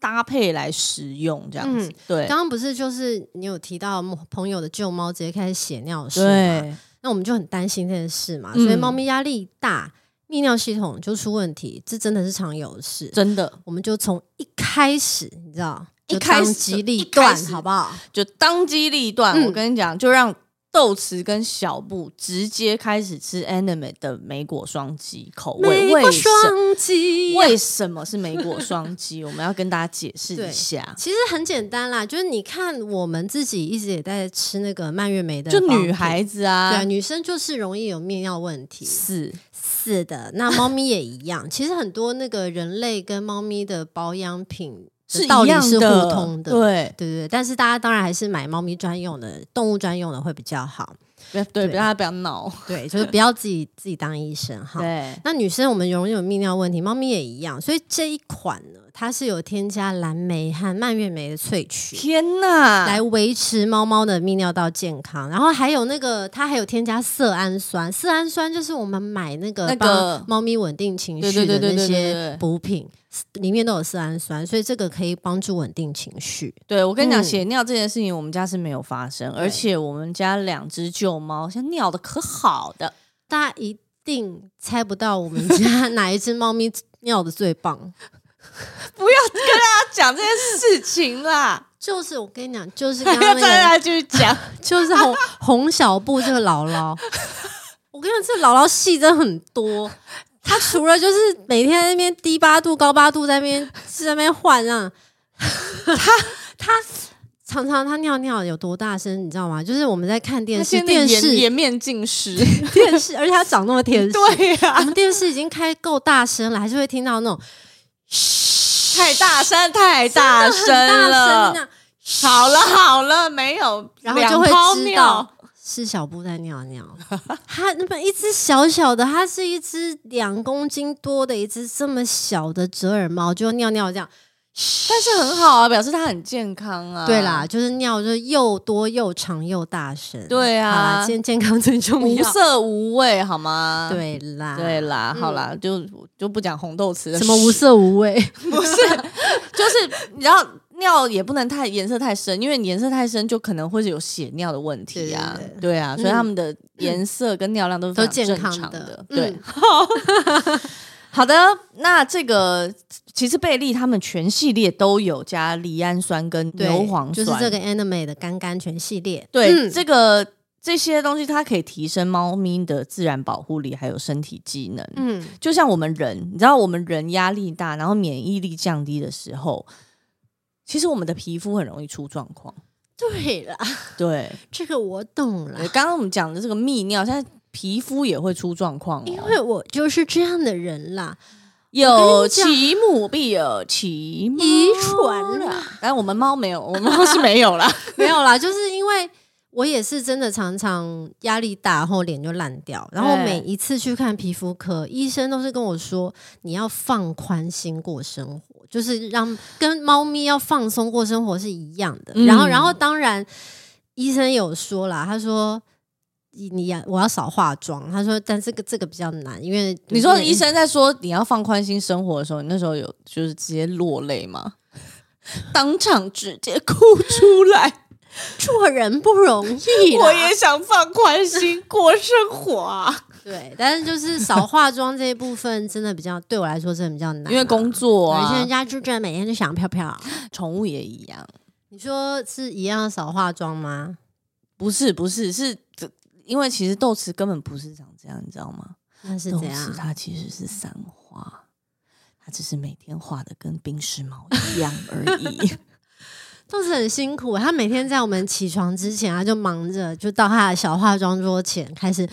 [SPEAKER 1] 搭配来食用，这样子。
[SPEAKER 2] 嗯
[SPEAKER 1] 对
[SPEAKER 2] 刚刚不是就是你有提到朋友的旧猫直接开始血尿是吗？
[SPEAKER 1] 对，
[SPEAKER 2] 那我们就很担心这件事嘛，所
[SPEAKER 1] 嗯
[SPEAKER 2] 以猫咪压力大，泌尿系统就出问题，这真的是常有的事。
[SPEAKER 1] 真的
[SPEAKER 2] 我们就从一开始，你知道，
[SPEAKER 1] 一
[SPEAKER 2] 就
[SPEAKER 1] 开始
[SPEAKER 2] 当机立
[SPEAKER 1] 一
[SPEAKER 2] 断
[SPEAKER 1] 开，始
[SPEAKER 2] 好不好？
[SPEAKER 1] 就当机立断。
[SPEAKER 2] 嗯
[SPEAKER 1] 我跟你讲，就让豆豉跟小布直接开始吃 Anime 的莓果双鸡口味，为
[SPEAKER 2] 国
[SPEAKER 1] 什么？
[SPEAKER 2] 双击。
[SPEAKER 1] 为什么是莓果双击？我们要跟大家解释一下。
[SPEAKER 2] 其实很简单啦，就是你看我们自己一直也在吃那个蔓越莓的
[SPEAKER 1] 就
[SPEAKER 2] 保护，
[SPEAKER 1] 女孩子啊，
[SPEAKER 2] 对啊，女生就是容易有泌尿问题。
[SPEAKER 1] 是
[SPEAKER 2] 是的，那猫咪也一样。 *laughs* 其实很多那个人类跟猫咪的保养品的
[SPEAKER 1] 是一
[SPEAKER 2] 道理
[SPEAKER 1] 样
[SPEAKER 2] 是互通的，
[SPEAKER 1] 对
[SPEAKER 2] 对对对，但是大家当然还是买猫咪专用的、动物专用的会比较好。
[SPEAKER 1] 不要对，不要大家不要闹，
[SPEAKER 2] 对，就是不要自己自己当医生哈。
[SPEAKER 1] 对，
[SPEAKER 2] 那女生我们容易有泌尿问题，猫咪也一样，所以这一款呢，它是有添加蓝莓和蔓越莓的萃取。
[SPEAKER 1] 天哪，
[SPEAKER 2] 来维持猫猫的泌尿道健康，然后还有那个它还有添加色氨酸，色氨酸就是我们买那个
[SPEAKER 1] 那个
[SPEAKER 2] 帮猫咪稳定情
[SPEAKER 1] 对对
[SPEAKER 2] 绪的
[SPEAKER 1] 对对对对
[SPEAKER 2] 那些
[SPEAKER 1] 对
[SPEAKER 2] 补品，里面都有色氨酸，所以这个可以帮助稳定情绪。
[SPEAKER 1] 对我跟你讲，
[SPEAKER 2] 嗯
[SPEAKER 1] 血尿这件事情我们家是没有发生，而且我们家两只旧猫现在尿的可好的，
[SPEAKER 2] 大家一定猜不到我们家 *laughs* 哪一只猫咪尿的
[SPEAKER 1] *laughs*
[SPEAKER 2] 最棒。
[SPEAKER 1] 不要跟大家讲这件事情啦，
[SPEAKER 2] 就是我跟你讲，就
[SPEAKER 1] *laughs*
[SPEAKER 2] 是
[SPEAKER 1] 还
[SPEAKER 2] 刚
[SPEAKER 1] 要
[SPEAKER 2] 刚
[SPEAKER 1] 再
[SPEAKER 2] 那个，
[SPEAKER 1] 来继续讲，
[SPEAKER 2] 就是红红小布这个姥姥。我跟你讲，这姥姥戏真的很多。她除了就是每天在那边低八度、高八度在那边在那边换啊，她她常常她尿尿有多大声，你知道吗？就是我们在看 *laughs* 电
[SPEAKER 1] 他
[SPEAKER 2] 视，
[SPEAKER 1] 现在
[SPEAKER 2] 电
[SPEAKER 1] 颜
[SPEAKER 2] 视
[SPEAKER 1] 颜面尽失，
[SPEAKER 2] 电视，而且她长那么天
[SPEAKER 1] *laughs*
[SPEAKER 2] 使，
[SPEAKER 1] 对啊呀、
[SPEAKER 2] 我们电视已经开够大声了，还是会听到那种
[SPEAKER 1] 太大声，太大声
[SPEAKER 2] 很
[SPEAKER 1] 了
[SPEAKER 2] 大声。啊
[SPEAKER 1] 好了好了，没有，
[SPEAKER 2] 然后就会知道是小布在尿尿。 *laughs* 它那么一只小小的，它是一只两公斤多的一只这么小的折耳猫，就尿尿这样。
[SPEAKER 1] 但是很好啊，表示他很健康啊。
[SPEAKER 2] 对啦，，就是尿就是又多又长又大声。
[SPEAKER 1] 对啊
[SPEAKER 2] 好啦健健康最重
[SPEAKER 1] 无
[SPEAKER 2] 要。
[SPEAKER 1] 色无味，好吗？
[SPEAKER 2] 对啦，
[SPEAKER 1] 对啦，好啦，就就不讲红豆词了。
[SPEAKER 2] 什么无色无
[SPEAKER 1] *laughs*
[SPEAKER 2] 味？
[SPEAKER 1] 就是你知道尿也不能太颜色太深，因为你颜色太深就可能会有血尿的问题啊。
[SPEAKER 2] 对对嗯
[SPEAKER 1] 对啊，所以他们的颜色跟尿量都是
[SPEAKER 2] 都
[SPEAKER 1] 非常
[SPEAKER 2] 健康
[SPEAKER 1] 正常
[SPEAKER 2] 的
[SPEAKER 1] 对，
[SPEAKER 2] 嗯
[SPEAKER 1] 好 *laughs* 好的，那这个其实贝利他们全系列都有加赖氨酸跟
[SPEAKER 2] 对，
[SPEAKER 1] 牛磺酸，
[SPEAKER 2] 就是这个 anime 的干甘泉系列。
[SPEAKER 1] 对、
[SPEAKER 2] 嗯
[SPEAKER 1] 这个。这些东西它可以提升猫咪的自然保护力，还有身体机能。
[SPEAKER 2] 嗯，
[SPEAKER 1] 就像我们人，你知道我们人压力大，然后免疫力降低的时候，其实我们的皮肤很容易出状况。
[SPEAKER 2] 对啦， *laughs*
[SPEAKER 1] 对，
[SPEAKER 2] 这个我懂了
[SPEAKER 1] 对，刚刚我们讲的这个泌尿，现在皮肤也会出状况、哦，
[SPEAKER 2] 因为我就是这样的人啦，
[SPEAKER 1] 有其母必有其母
[SPEAKER 2] 遗传啊啦。
[SPEAKER 1] 啦。但我们猫没有，我们猫是没
[SPEAKER 2] *laughs*
[SPEAKER 1] 有啦。
[SPEAKER 2] 没有啦，就是因为我也是真的常常压力大，然后脸就烂掉。然后
[SPEAKER 1] 对
[SPEAKER 2] 每一次去看皮肤科，医生都是跟我说，你要放宽心过生活，就是让跟猫咪要放松过生活是一样的。
[SPEAKER 1] 嗯
[SPEAKER 2] 然后，然后当然医生有说啦，他说。你你要我要少化妆，他说，但这个这个比较难，因为
[SPEAKER 1] 你说
[SPEAKER 2] 因为
[SPEAKER 1] 医生在说你要放宽心生活的时候，你那时候有就是直接落泪吗？当场直接哭出来，
[SPEAKER 2] 做人不容易
[SPEAKER 1] *laughs*
[SPEAKER 2] 啦，
[SPEAKER 1] 我也想放宽心过生活啊。
[SPEAKER 2] 对，但是就是少化妆这一部分真的比较对我来说真的比较难啊，
[SPEAKER 1] 因为工作
[SPEAKER 2] 而且
[SPEAKER 1] 啊
[SPEAKER 2] 人，家就真的每天就想飘飘。
[SPEAKER 1] 宠物也一样。
[SPEAKER 2] 你说是一样少化妆吗？
[SPEAKER 1] 不是不是是这，因为其实豆豉根本不是长这样，你知道吗？
[SPEAKER 2] 那是
[SPEAKER 1] 豆
[SPEAKER 2] 怎
[SPEAKER 1] 豉
[SPEAKER 2] 样？
[SPEAKER 1] 它其实是散花，它只是每天画的跟冰室猫一样而已。
[SPEAKER 2] 都是很辛苦，他每天在我们起床之前，他就忙着就到他的小化妆桌前开始。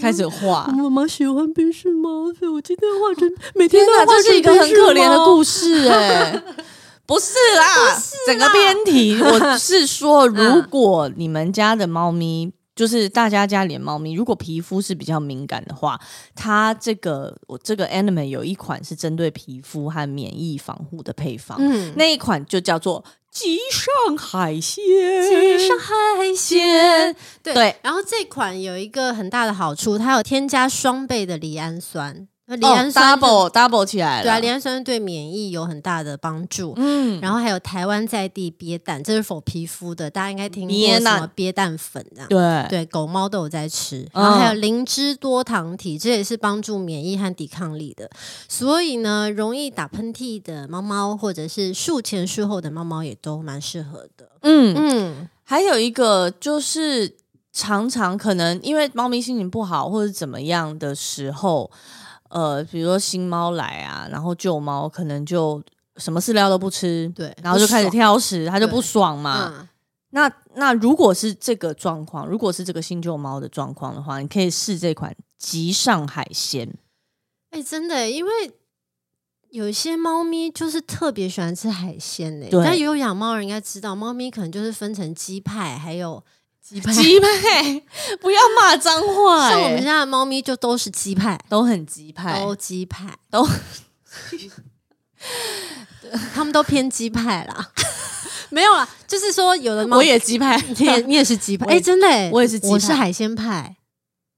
[SPEAKER 1] 开始画
[SPEAKER 2] 我，妈妈喜欢冰室猫，所以我今天画成每
[SPEAKER 1] 天
[SPEAKER 2] 天都
[SPEAKER 1] 哪，
[SPEAKER 2] 要画
[SPEAKER 1] 这
[SPEAKER 2] 成
[SPEAKER 1] 是一个很可怜的故
[SPEAKER 2] 事。
[SPEAKER 1] 事哎、 *laughs* 不是啦，整个编 *laughs* 题我是说，如果你们家的猫咪，就是大家家里的猫咪，如果皮肤是比较敏感的话，它这个我这个 Anime 有一款是针对皮肤和免疫防护的配方，
[SPEAKER 2] 嗯，
[SPEAKER 1] 那一款就叫做极上海鲜，
[SPEAKER 2] 极上海鲜，对。
[SPEAKER 1] 对
[SPEAKER 2] 然后这款有一个很大的好处，它有添加双倍的赖氨酸，那
[SPEAKER 1] 哦
[SPEAKER 2] 赖氨酸是、
[SPEAKER 1] double double 起来了，
[SPEAKER 2] 对啊，赖氨酸对免疫有很大的帮助。
[SPEAKER 1] 嗯，
[SPEAKER 2] 然后还有台湾在地鳖蛋，这是否皮肤的，大家应该听过
[SPEAKER 1] 鳖
[SPEAKER 2] 什
[SPEAKER 1] 蛋
[SPEAKER 2] 么鳖蛋粉这样。
[SPEAKER 1] 对
[SPEAKER 2] 对，狗猫都有在吃，
[SPEAKER 1] 嗯
[SPEAKER 2] 然后还有灵芝多糖体，这也是帮助免疫和抵抗力的。所以呢，容易打喷嚏的猫猫，或者是术前术后的猫猫，也都蛮适合的。
[SPEAKER 1] 嗯
[SPEAKER 2] 嗯，
[SPEAKER 1] 还有一个就是，常常可能因为猫咪心情不好或者怎么样的时候，呃，比如说新猫来啊，然后旧猫可能就什么饲料都不吃，
[SPEAKER 2] 对
[SPEAKER 1] 然后就开始啊挑食，它就
[SPEAKER 2] 对
[SPEAKER 1] 不爽嘛。
[SPEAKER 2] 嗯，
[SPEAKER 1] 那那如果是这个状况，如果是这个新旧猫的状况的话，你可以试这款极上海
[SPEAKER 2] *laughs*
[SPEAKER 1] 鲜。
[SPEAKER 2] 哎、真的耶，因为有些猫咪就是特别喜欢吃海鲜呢、欸
[SPEAKER 1] 对
[SPEAKER 2] 但有养猫人应该知道，猫咪可能就是分成鸡派，还有鸡派
[SPEAKER 1] 鸡派，不要骂脏话、
[SPEAKER 2] 像我们
[SPEAKER 1] 欸
[SPEAKER 2] 家的猫咪就都是鸡派，
[SPEAKER 1] 都很鸡派，
[SPEAKER 2] 都鸡派，
[SPEAKER 1] 哎
[SPEAKER 2] *laughs*
[SPEAKER 1] 都
[SPEAKER 2] 它们都偏鸡派
[SPEAKER 1] *laughs*
[SPEAKER 2] 啦。没有啦，就是说有的猫，
[SPEAKER 1] 我也鸡派，
[SPEAKER 2] *laughs*
[SPEAKER 1] *laughs*
[SPEAKER 2] 你也你也是鸡派，
[SPEAKER 1] 我
[SPEAKER 2] 哎、
[SPEAKER 1] 也
[SPEAKER 2] 真的、欸，
[SPEAKER 1] 我也是鸡派
[SPEAKER 2] 我是海鲜派，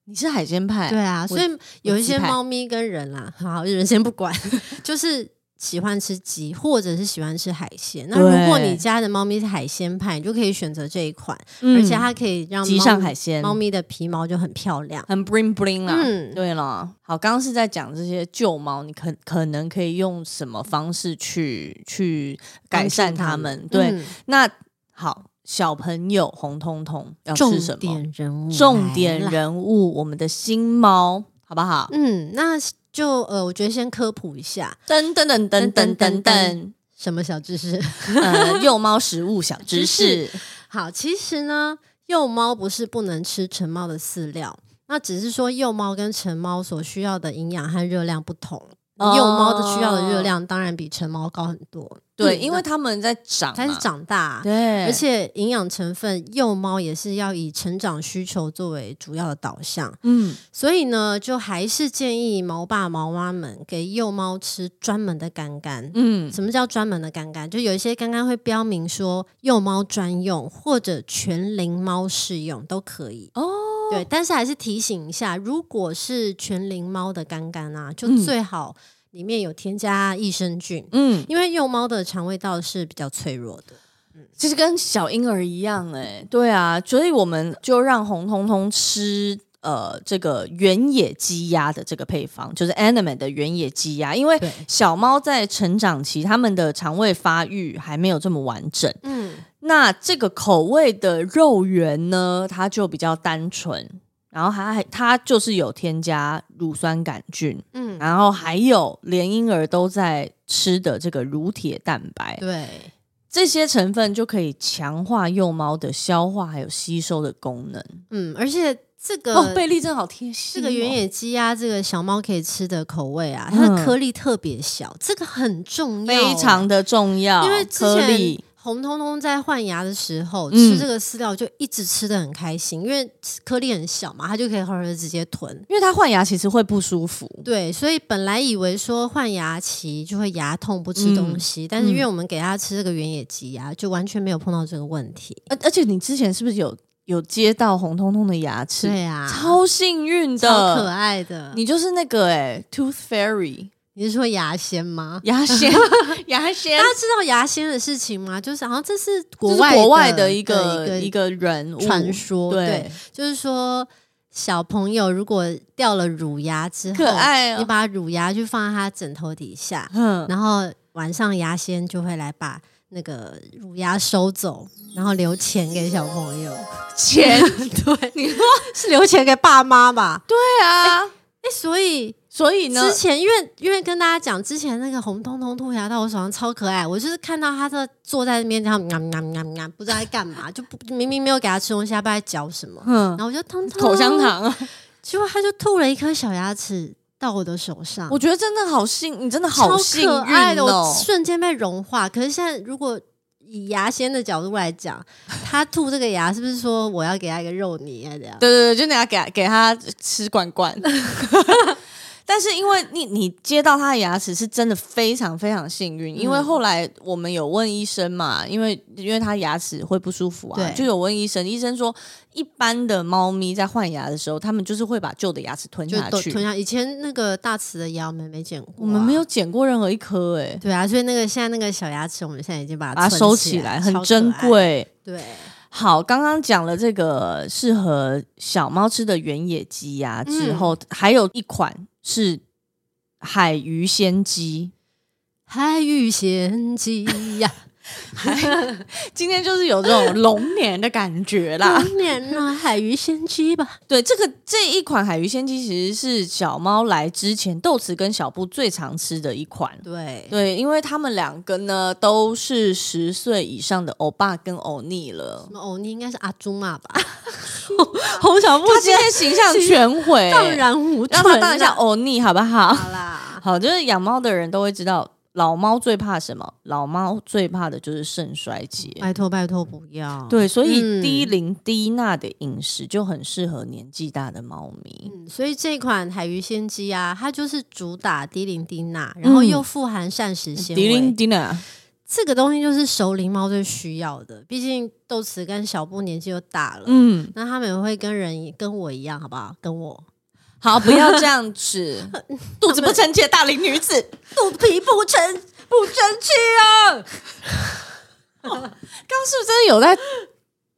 [SPEAKER 1] 你是海鲜派，
[SPEAKER 2] 对啊，所以有一
[SPEAKER 1] 我
[SPEAKER 2] 些
[SPEAKER 1] 鸡派
[SPEAKER 2] 猫咪跟人啦，好人先不管， *laughs* 就是喜欢吃鸡或者是喜欢吃海鲜。那
[SPEAKER 1] 对
[SPEAKER 2] 如果你家的猫咪是海鲜派，你就可以选择这一款，
[SPEAKER 1] 嗯
[SPEAKER 2] 而且它可以让
[SPEAKER 1] 极
[SPEAKER 2] 猫
[SPEAKER 1] 上海鲜
[SPEAKER 2] 猫咪的皮毛就很漂亮。
[SPEAKER 1] 很 bling bling 啦。
[SPEAKER 2] 嗯
[SPEAKER 1] 对了，好，刚刚是在讲这些旧猫，你可可能可以用什么方式去去改善它们？对，
[SPEAKER 2] 嗯
[SPEAKER 1] 那好，小朋友红彤彤要
[SPEAKER 2] 重
[SPEAKER 1] 吃什么？
[SPEAKER 2] 点人物，
[SPEAKER 1] 重点。人物，我们的新猫，好不好？
[SPEAKER 2] 嗯，那就呃，我觉得先科普一下
[SPEAKER 1] 噔噔噔噔噔噔
[SPEAKER 2] *laughs*
[SPEAKER 1] 噔，
[SPEAKER 2] 什么小知识。 *laughs*
[SPEAKER 1] 呃，幼猫食物小知识，
[SPEAKER 2] 好，其实呢，幼猫不是不能吃成猫的饲料，那只是说幼猫跟成猫所需要的营养和热量不同。
[SPEAKER 1] 哦
[SPEAKER 2] 幼猫的需要的热量当然比成猫高很多，
[SPEAKER 1] 对，
[SPEAKER 2] 嗯
[SPEAKER 1] 因为它们在长，
[SPEAKER 2] 它是，长大，
[SPEAKER 1] 对，
[SPEAKER 2] 而且营养成分幼猫也是要以成长需求作为主要的导向，
[SPEAKER 1] 嗯，
[SPEAKER 2] 所以呢，就还是建议毛爸毛妈们给幼猫吃专门的干干。
[SPEAKER 1] 嗯，
[SPEAKER 2] 什么叫专门的干干？就有一些干干会标明说幼猫专用或者全龄猫适用都可以。
[SPEAKER 1] 哦，
[SPEAKER 2] 对，但是还是提醒一下，如果是全龄猫的干干啊，就
[SPEAKER 1] 嗯
[SPEAKER 2] 最好里面有添加益生菌，
[SPEAKER 1] 嗯，
[SPEAKER 2] 因为幼猫的肠胃道是比较脆弱的。
[SPEAKER 1] 其实跟小婴儿一样、哎，对啊，所以我们就让红彤彤吃。呃，这个原野鸡鸭的这个配方就是 Anime 的原野鸡鸭，因为
[SPEAKER 2] 对
[SPEAKER 1] 小猫在成长期，它们的肠胃发育还没有这么完整，
[SPEAKER 2] 嗯，
[SPEAKER 1] 那这个口味的肉圆呢，它就比较单纯，然后它还它就是有添加乳酸杆菌，嗯，
[SPEAKER 2] 嗯
[SPEAKER 1] 然后还有连婴儿都在吃的这个乳铁蛋白，
[SPEAKER 2] 对，
[SPEAKER 1] 这些成分就可以强化幼猫的消化还有吸收的功能。
[SPEAKER 2] 嗯，而且这个、
[SPEAKER 1] 哦，贝利真的好贴
[SPEAKER 2] 这
[SPEAKER 1] 心哦、
[SPEAKER 2] 个原野鸡啊，这个小猫可以吃的口味啊，它的
[SPEAKER 1] 嗯
[SPEAKER 2] 颗粒特别小，这个很重要、哦
[SPEAKER 1] 非常。的重要，
[SPEAKER 2] 因为之
[SPEAKER 1] 颗
[SPEAKER 2] 前
[SPEAKER 1] 粒，
[SPEAKER 2] 红彤彤在换牙的时候、
[SPEAKER 1] 嗯
[SPEAKER 2] 吃这个饲料就一直吃的很开心，因为颗粒很小嘛，它就可以好好的直接吞。
[SPEAKER 1] 因为它换牙其实会不舒服，
[SPEAKER 2] 对，所以本来以为说换牙期就会牙痛不吃
[SPEAKER 1] 嗯
[SPEAKER 2] 东西，但是因为我们给它吃这个原野鸡啊，就完全没有碰到这个问题。
[SPEAKER 1] 而而且你之前是不是有有接到红彤彤的牙齿？
[SPEAKER 2] 对啊，
[SPEAKER 1] 超幸运的，
[SPEAKER 2] 超可爱的。你
[SPEAKER 1] 你就是那个哎、t o o t h Fairy
[SPEAKER 2] 你是说牙仙吗？
[SPEAKER 1] 牙
[SPEAKER 2] *laughs*
[SPEAKER 1] 仙，牙仙
[SPEAKER 2] 大，家知道牙仙的事情吗？就是好像这是国
[SPEAKER 1] 这
[SPEAKER 2] 外
[SPEAKER 1] 是国外的
[SPEAKER 2] 的
[SPEAKER 1] 一个
[SPEAKER 2] 一
[SPEAKER 1] 一个人物
[SPEAKER 2] 传说，对，
[SPEAKER 1] 对，
[SPEAKER 2] 就是说小朋友如果掉了乳牙之后，
[SPEAKER 1] 可爱哦
[SPEAKER 2] 你把乳牙去放在他枕头底下，
[SPEAKER 1] 嗯，
[SPEAKER 2] 然后晚上牙仙就会来把那个乳牙收走，然后留钱给小朋友。
[SPEAKER 1] *laughs*
[SPEAKER 2] *laughs*
[SPEAKER 1] 钱，
[SPEAKER 2] 对，你说是留钱给爸妈吧？对，
[SPEAKER 1] 对啊，
[SPEAKER 2] 哎，所以
[SPEAKER 1] 所以呢
[SPEAKER 2] 之，前因为因为跟大家讲，之前那个红彤彤兔牙到我手上超可爱，我就是看到它在坐在那边这样，喵喵喵喵，不知道在干嘛，就不明明没有给它吃东西，它不知道在嚼什么，
[SPEAKER 1] 嗯
[SPEAKER 2] 然，后我就通通
[SPEAKER 1] 口香，糖啊，
[SPEAKER 2] 结果它就吐了一颗小牙齿到我的手上，
[SPEAKER 1] 我觉得真的好幸，你真的好幸
[SPEAKER 2] 嗯超可爱
[SPEAKER 1] 运
[SPEAKER 2] 的，我
[SPEAKER 1] 哦，
[SPEAKER 2] 瞬间被融化。可是现在如果以牙仙的角度来讲，它吐这个牙是不是说我要给它一个肉泥啊？这样
[SPEAKER 1] 对对对，就你要给他给他吃罐罐。
[SPEAKER 2] *laughs*
[SPEAKER 1] 但是因为你你接到他的牙齿是真的非常非常幸运，因
[SPEAKER 2] 嗯
[SPEAKER 1] 为后来我们有问医生嘛，因为因为他牙齿会不舒服啊，
[SPEAKER 2] 对
[SPEAKER 1] 就有问医生，医生说一般的猫咪在换牙的时候，他们就是会把旧的牙齿吞
[SPEAKER 2] 就
[SPEAKER 1] 下
[SPEAKER 2] 都
[SPEAKER 1] 去，
[SPEAKER 2] 吞下。以前那个大齿的牙我们没剪过啊、
[SPEAKER 1] 我们没有捡过任何一颗哎、欸
[SPEAKER 2] 对啊，所以那个现在那个小牙齿，我们现在已经把
[SPEAKER 1] 把它
[SPEAKER 2] 存
[SPEAKER 1] 收
[SPEAKER 2] 起
[SPEAKER 1] 起来
[SPEAKER 2] 超
[SPEAKER 1] 很
[SPEAKER 2] 可
[SPEAKER 1] 珍
[SPEAKER 2] 爱。
[SPEAKER 1] 贵。
[SPEAKER 2] 对，
[SPEAKER 1] 好，刚刚讲了这个适合小猫吃的原野鸡呀、之后、还有一款是海鱼鲜鸡。
[SPEAKER 2] 海芋仙鸡呀，
[SPEAKER 1] 今天就是有这 *laughs* 种龙年的感觉啦。
[SPEAKER 2] *laughs* 当年
[SPEAKER 1] *laughs*
[SPEAKER 2] 呢，海鱼仙鸡吧。
[SPEAKER 1] 对，这个这一款海鱼鲜鸡其实是小猫来之前豆豉跟小布最常吃的一款。
[SPEAKER 2] 对，
[SPEAKER 1] 对，因为他们两个呢都是十岁以上的欧巴跟欧尼了
[SPEAKER 2] 什，么欧尼应该是阿朱玛吧？洪小布
[SPEAKER 1] 他今天形象全
[SPEAKER 2] *laughs*
[SPEAKER 1] 毁，
[SPEAKER 2] 荡然无
[SPEAKER 1] 让
[SPEAKER 2] 存啊，
[SPEAKER 1] 他当一下欧尼好不好？
[SPEAKER 2] *laughs*
[SPEAKER 1] *laughs*
[SPEAKER 2] 好啦。
[SPEAKER 1] 好，就是养猫的人都会知道，老猫最怕什么？老猫最怕的就是肾衰竭。哎
[SPEAKER 2] 拜托拜托不要。，
[SPEAKER 1] 对，所以
[SPEAKER 2] 哦嗯
[SPEAKER 1] 低磷低钠的饮食就很适合年纪大的猫咪。
[SPEAKER 2] 嗯，所以这款海鱼鲜鸡啊，它就是主打低磷低钠，然后又富含膳食
[SPEAKER 1] 嗯
[SPEAKER 2] 纤
[SPEAKER 1] 低
[SPEAKER 2] 维，
[SPEAKER 1] 磷低钠，
[SPEAKER 2] 这个东西就是熟龄猫最需要的。毕竟豆豉跟小布年纪又大了，
[SPEAKER 1] 嗯，
[SPEAKER 2] 那他们也会跟人跟我一样，好不好？跟我
[SPEAKER 1] 好，不要这样子，
[SPEAKER 2] *laughs*
[SPEAKER 1] 肚子不成器的大龄女子，
[SPEAKER 2] 肚皮不成不争气啊！
[SPEAKER 1] 刚是不是真的有在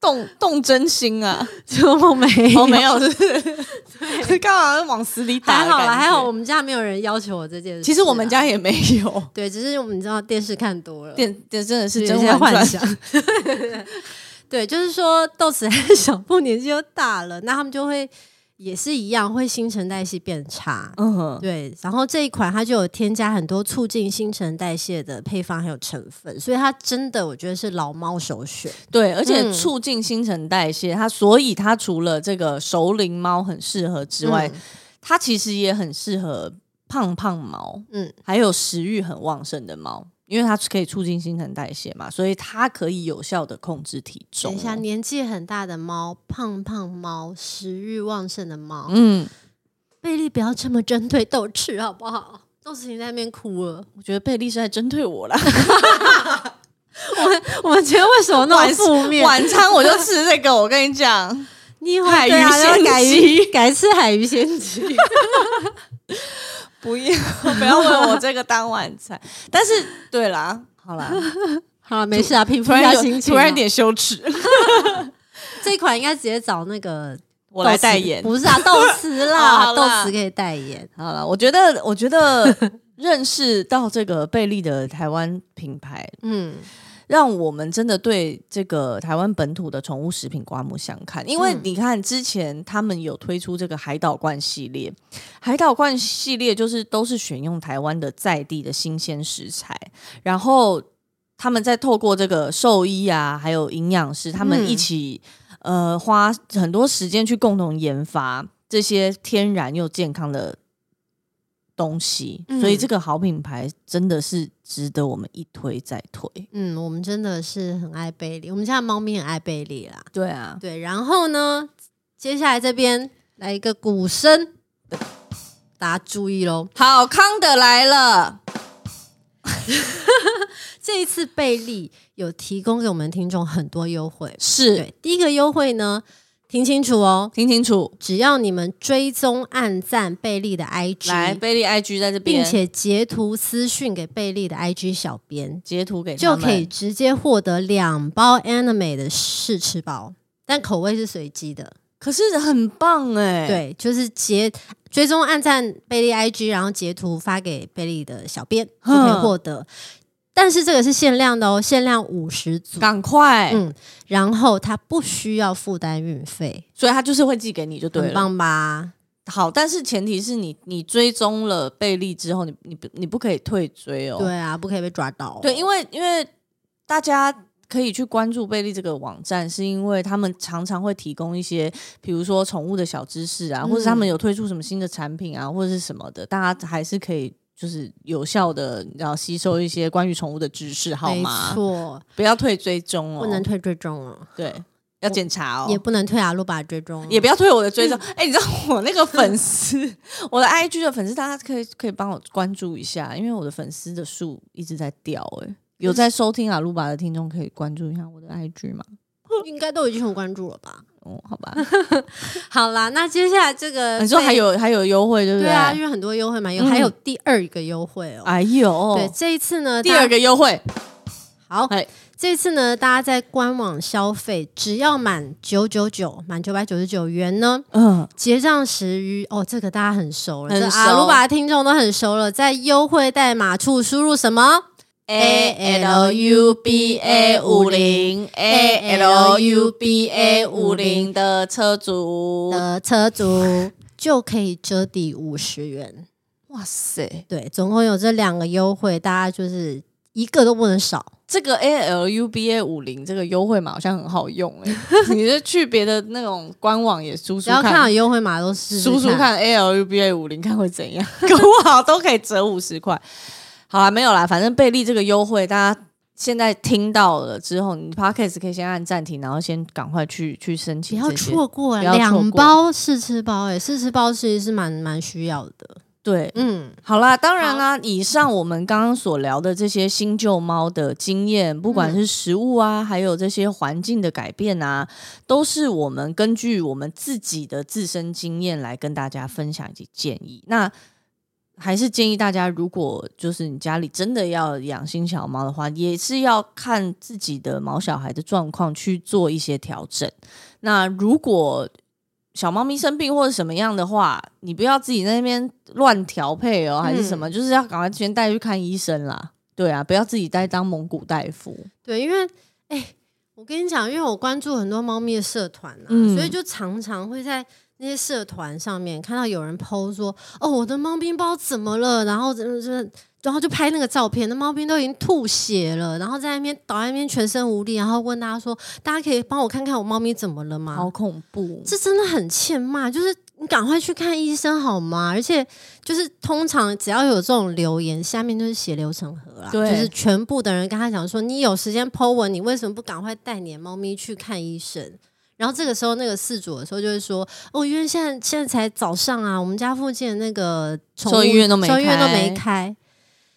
[SPEAKER 1] 动动真心啊？
[SPEAKER 2] 怎么没？
[SPEAKER 1] 哦，没有，是不 *laughs* 是干嘛往死里打？
[SPEAKER 2] 还好啦，还好我。们家没有人要求我这件事啊。
[SPEAKER 1] 其实我们家也没有
[SPEAKER 2] 对，只是我们知道电视看多了，
[SPEAKER 1] 电电，真的是
[SPEAKER 2] 有
[SPEAKER 1] 真
[SPEAKER 2] 一些幻
[SPEAKER 1] 传
[SPEAKER 2] 想。 *laughs* 对，就是说豆豉和小布年纪又大了，那他们就会也是一样，会新陈代谢变差。
[SPEAKER 1] 嗯哼，
[SPEAKER 2] 对，然后这一款它就有添加很多促进新陈代谢的配方还有成分，所以它真的我觉得是老猫首选。
[SPEAKER 1] 对，而且
[SPEAKER 2] 嗯
[SPEAKER 1] 促进新陈代谢，它所以它嗯除了这个熟龄猫很适合之外，它其实也很适合胖胖猫，
[SPEAKER 2] 嗯，
[SPEAKER 1] 还有食欲很旺盛的猫，因为它可以促进新陈代谢嘛，所以它可以有效的控制体重
[SPEAKER 2] 等
[SPEAKER 1] 哦。
[SPEAKER 2] 一下，年纪很大的猫，胖胖猫，食欲旺盛的猫，
[SPEAKER 1] 嗯，
[SPEAKER 2] 贝利不要这么针对豆豉好不好？豆豉你在那边哭了，
[SPEAKER 1] 我觉得贝利是在针对我 *laughs* 啦。
[SPEAKER 2] *laughs* 我们觉得为什么那么负
[SPEAKER 1] *laughs*
[SPEAKER 2] 面？
[SPEAKER 1] 晚餐我就吃这个，我跟你讲，
[SPEAKER 2] 你以后
[SPEAKER 1] 海
[SPEAKER 2] 对啊
[SPEAKER 1] 鱼
[SPEAKER 2] 要改
[SPEAKER 1] 先
[SPEAKER 2] 鱼改吃海鱼先吃。 *laughs*
[SPEAKER 1] 不要不要为我这个当晚餐。但是对啦，好啦，
[SPEAKER 2] 好了，没事啊，平复
[SPEAKER 1] 突 *laughs*
[SPEAKER 2] 一下
[SPEAKER 1] 然有
[SPEAKER 2] 心情
[SPEAKER 1] 突
[SPEAKER 2] 啊。
[SPEAKER 1] 然有点羞耻，
[SPEAKER 2] 这一款应该直接找那个
[SPEAKER 1] 我来
[SPEAKER 2] 豆豉
[SPEAKER 1] 代言。
[SPEAKER 2] 不是啊，豆豉 *laughs*
[SPEAKER 1] 好
[SPEAKER 2] 啦，
[SPEAKER 1] 好
[SPEAKER 2] 豆
[SPEAKER 1] 啦
[SPEAKER 2] 豉可以代言。
[SPEAKER 1] 好了，我觉得，我觉得认识到这个贝利的台湾品牌，
[SPEAKER 2] 嗯，
[SPEAKER 1] 让我们真的对这个台湾本土的宠物食品刮目相看。因为
[SPEAKER 2] 嗯
[SPEAKER 1] 你看，之前他们有推出这个海岛罐系列，海岛罐系列就是都是选用台湾的在地的新鲜食材，然后他们再透过这个兽医啊，还有营养师，他们
[SPEAKER 2] 嗯
[SPEAKER 1] 一起、呃花很多时间去共同研发这些天然又健康的。东西，所以
[SPEAKER 2] 嗯
[SPEAKER 1] 这个好品牌真的是值得我们一推再推。
[SPEAKER 2] 嗯，我们真的是很爱贝利，我们家的猫咪很爱贝利啦。
[SPEAKER 1] 对啊，
[SPEAKER 2] 对，然后呢，接下来这边来一个鼓声，大家注意喽。
[SPEAKER 1] 好康的来了，
[SPEAKER 2] 这一次贝利有提供给我们听众很多优惠，
[SPEAKER 1] 是
[SPEAKER 2] 对，第一个优惠呢，听清楚哦，
[SPEAKER 1] 听清楚，
[SPEAKER 2] 只要你们追踪、按赞贝利的
[SPEAKER 1] 来
[SPEAKER 2] IG，
[SPEAKER 1] 贝利 IG 在这边，
[SPEAKER 2] 并且截图私讯给贝利的 IG 小编，
[SPEAKER 1] 截图给他
[SPEAKER 2] 就
[SPEAKER 1] 们
[SPEAKER 2] 可以直接获得两包 Anime 的试吃包，但口味是随机的。
[SPEAKER 1] 可是很棒哎、，
[SPEAKER 2] 对，就是截追踪按赞贝利 IG，然后截图发给贝利的小编，就可以
[SPEAKER 1] 哼
[SPEAKER 2] 获得。但是这个是限量的哦，限量五十组，
[SPEAKER 1] 赶快，
[SPEAKER 2] 嗯，然后它不需要负担运费，
[SPEAKER 1] 所以他就是会寄给你就对
[SPEAKER 2] 很
[SPEAKER 1] 了。
[SPEAKER 2] 棒吧？
[SPEAKER 1] 好，但是前提是你你追踪了贝利之后，你你不你不可以退追哦。
[SPEAKER 2] 对啊，不可以被抓到哦、
[SPEAKER 1] 对，因为因为大家。可以去关注贝利这个网站，是因为他们常常会提供一些，比如说宠物的小知识啊，
[SPEAKER 2] 嗯
[SPEAKER 1] 或者他们有推出什么新的产品啊，或者是什么的，大家还是可以就是有效的，然后吸收一些关于宠物的知识，好
[SPEAKER 2] 没
[SPEAKER 1] 吗？
[SPEAKER 2] 错，
[SPEAKER 1] 不要退追踪哦，
[SPEAKER 2] 不能退追踪哦，
[SPEAKER 1] 对，要检查哦，
[SPEAKER 2] 也不能退阿鲁巴追踪哦，
[SPEAKER 1] 也不要退我的追踪。哎、你知道我那个粉丝， *laughs* 我的 IG 的粉丝，大家可以可以帮我关注一下，因为我的粉丝的数一直在掉、哎，有在收听阿鲁巴的听众可以关注一下我的 IG 吗？
[SPEAKER 2] 应该都已经很关注了吧？
[SPEAKER 1] 哦，好 *laughs* 吧。
[SPEAKER 2] 好啦，那接下来这个
[SPEAKER 1] 你说
[SPEAKER 2] 贝
[SPEAKER 1] 还有还有优惠，对不
[SPEAKER 2] 对
[SPEAKER 1] 对
[SPEAKER 2] 啊，因为很多优惠嘛，有、还
[SPEAKER 1] 嗯
[SPEAKER 2] 有第二个优惠
[SPEAKER 1] *laughs*
[SPEAKER 2] 哦。
[SPEAKER 1] 哎呦，
[SPEAKER 2] 对，这一次呢，
[SPEAKER 1] 第
[SPEAKER 2] 大
[SPEAKER 1] 二个优惠，
[SPEAKER 2] 好
[SPEAKER 1] 哎，
[SPEAKER 2] 这次呢，大家在官网消费，只要满九九九，满九百九十九元呢，
[SPEAKER 1] 嗯，
[SPEAKER 2] 结账时于哦，这个大家很熟了，
[SPEAKER 1] 很
[SPEAKER 2] 这
[SPEAKER 1] 熟
[SPEAKER 2] 阿鲁巴的听众都很熟了，在优惠代码处输入什么
[SPEAKER 1] 哎 A L U B A 五零 A L U B A 五零的车主，
[SPEAKER 2] 的车主就可以折抵五十元。
[SPEAKER 1] 哇塞，
[SPEAKER 2] 对，总共有这两个优惠，大家就是一个都不能少。
[SPEAKER 1] 这个 A L U B A 五零这个优惠码好像很好用哎、 *laughs* 你是去别的那种官网也输
[SPEAKER 2] 只
[SPEAKER 1] 输
[SPEAKER 2] 要看到
[SPEAKER 1] 看，
[SPEAKER 2] 优惠码都试试
[SPEAKER 1] 输输看 A L U B A 五零看会怎样，搞不好都可以折五十块。好啦，没有啦，反正贝利这个优惠，大家现在听到了之后，你 podcast 可以先按暂停，然后先赶快去去申
[SPEAKER 2] 不
[SPEAKER 1] 请
[SPEAKER 2] 要
[SPEAKER 1] 这些。
[SPEAKER 2] 错过
[SPEAKER 1] 不要错过
[SPEAKER 2] 两包试吃包、欸，哎，试吃包其实是蛮蛮需要的。
[SPEAKER 1] 对，
[SPEAKER 2] 嗯，
[SPEAKER 1] 好啦，当然啦，以上我们刚刚所聊的这些新旧猫的经验，不管是食物啊，还有这些环境的改变啊，都是我们根据我们自己的自身经验来跟大家分享以及建议。那还是建议大家，如果就是你家里真的要养新小猫的话，也是要看自己的毛小孩的状况去做一些调整。那如果小猫咪生病或者什么样的话，你不要自己在那边乱调配
[SPEAKER 2] 嗯
[SPEAKER 1] 哦，还是什么，就是要赶快先带去看医生啦。对啊，不要自己带当蒙古大夫。
[SPEAKER 2] 对，因为哎、我跟你讲，因为我关注很多猫咪的社团啊，
[SPEAKER 1] 嗯
[SPEAKER 2] 所以就常常会在那些社团上面看到有人 PO 说，哦，我的猫咪包怎么了？然后怎么怎么。然后就拍那个照片，那猫咪都已经吐血了，然后在那边倒在那边全身无力，然后问啊大家说：“大家可以帮我看看我猫咪怎么了吗？”
[SPEAKER 1] 好恐怖！
[SPEAKER 2] 这真的很欠骂，就是你赶快去看医生好吗？而且就是通常只要有这种留言，下面就是血流成河啦，
[SPEAKER 1] 对
[SPEAKER 2] 就是全部的人跟他讲说，你有时间 Po 文，你为什么不赶快带你的猫咪去看医生？然后这个时候，那个事主的时候就会说：“哦，因为现在现在才早上啊，我们家附近的那个宠物
[SPEAKER 1] 兽医院都没
[SPEAKER 2] 兽医院都没
[SPEAKER 1] 开
[SPEAKER 2] 开。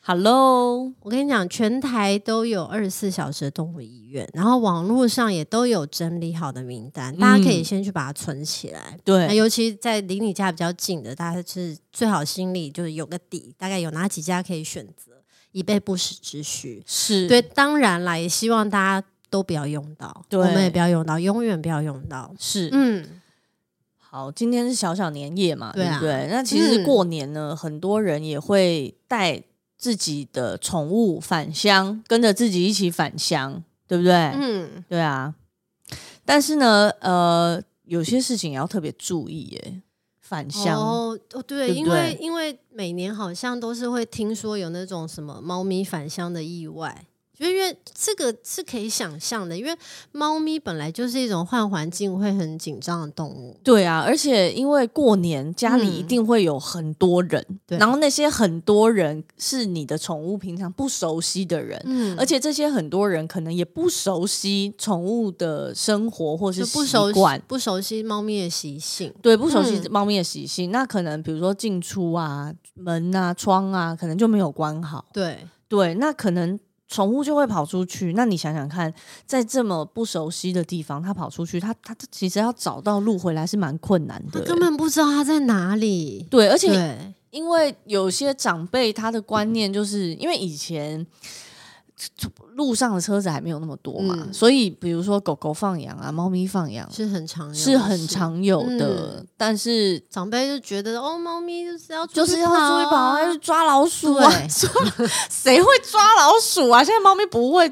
[SPEAKER 1] Hello，
[SPEAKER 2] 我跟你讲，全台都有二十四小时的动物医院，然后网络上也都有整理好的名
[SPEAKER 1] 嗯
[SPEAKER 2] 单，大家可以先去把它存起来。那
[SPEAKER 1] 对，
[SPEAKER 2] 尤其在离你家比较近的，大家是最好心里就是有个底，大概有哪几家可以选择，以备不时之需。
[SPEAKER 1] 是，
[SPEAKER 2] 对，，当然啦，也希望大家都不要用到，
[SPEAKER 1] 对
[SPEAKER 2] 我们也不要用到，永远不要用到。
[SPEAKER 1] 是，
[SPEAKER 2] 嗯，
[SPEAKER 1] 好，今天是小小年夜嘛，
[SPEAKER 2] 对啊
[SPEAKER 1] 不对？那其实
[SPEAKER 2] 嗯
[SPEAKER 1] 过年呢，很多人也会带自己的宠物返乡，跟着自己一起返乡，对不对？
[SPEAKER 2] 嗯，
[SPEAKER 1] 对啊。但是呢，呃，有些事情也要特别注意耶。返乡、
[SPEAKER 2] 哦哦，
[SPEAKER 1] 对
[SPEAKER 2] 对，
[SPEAKER 1] 不
[SPEAKER 2] 因为
[SPEAKER 1] 对
[SPEAKER 2] 因为每年好像都是会听说有那种什么猫咪返乡的意外。就因为这个是可以想象的，因为猫咪本来就是一种换环境会很紧张的动物。
[SPEAKER 1] 对啊，而且因为过年家里一
[SPEAKER 2] 嗯
[SPEAKER 1] 定会有很多人，
[SPEAKER 2] 对
[SPEAKER 1] 然后那些很多人是你的宠物平常不熟悉的人，
[SPEAKER 2] 嗯
[SPEAKER 1] 而且这些很多人可能也不熟悉宠物的生活或是
[SPEAKER 2] 就不
[SPEAKER 1] 习
[SPEAKER 2] 熟悉
[SPEAKER 1] 惯，
[SPEAKER 2] 不熟悉猫咪的习性。
[SPEAKER 1] 对，不熟悉
[SPEAKER 2] 嗯
[SPEAKER 1] 猫咪的习性，那可能比如说进出啊、门啊、窗啊，可能就没有关好。
[SPEAKER 2] 对，
[SPEAKER 1] 对，那可能宠物就会跑出去。那你想想看，在这么不熟悉的地方，它跑出去，它它它其实要找到路回来是蛮困难
[SPEAKER 2] 他
[SPEAKER 1] 的。欸
[SPEAKER 2] 根本不知道它在哪里。
[SPEAKER 1] 对，而且
[SPEAKER 2] 对，
[SPEAKER 1] 因为有些长辈他的观念就是因为以前。路上的车子还没有那么多嘛，
[SPEAKER 2] 嗯
[SPEAKER 1] 所以比如说狗狗放养啊、猫咪放养
[SPEAKER 2] 是很常有的
[SPEAKER 1] 是很
[SPEAKER 2] 事。
[SPEAKER 1] 常有的，但是
[SPEAKER 2] 长辈就觉得哦，猫咪就是要出
[SPEAKER 1] 就是
[SPEAKER 2] 去
[SPEAKER 1] 要
[SPEAKER 2] 跑
[SPEAKER 1] 注意保
[SPEAKER 2] 啊
[SPEAKER 1] 护，要去抓老鼠啊！抓谁会抓老鼠啊？现在猫咪不会。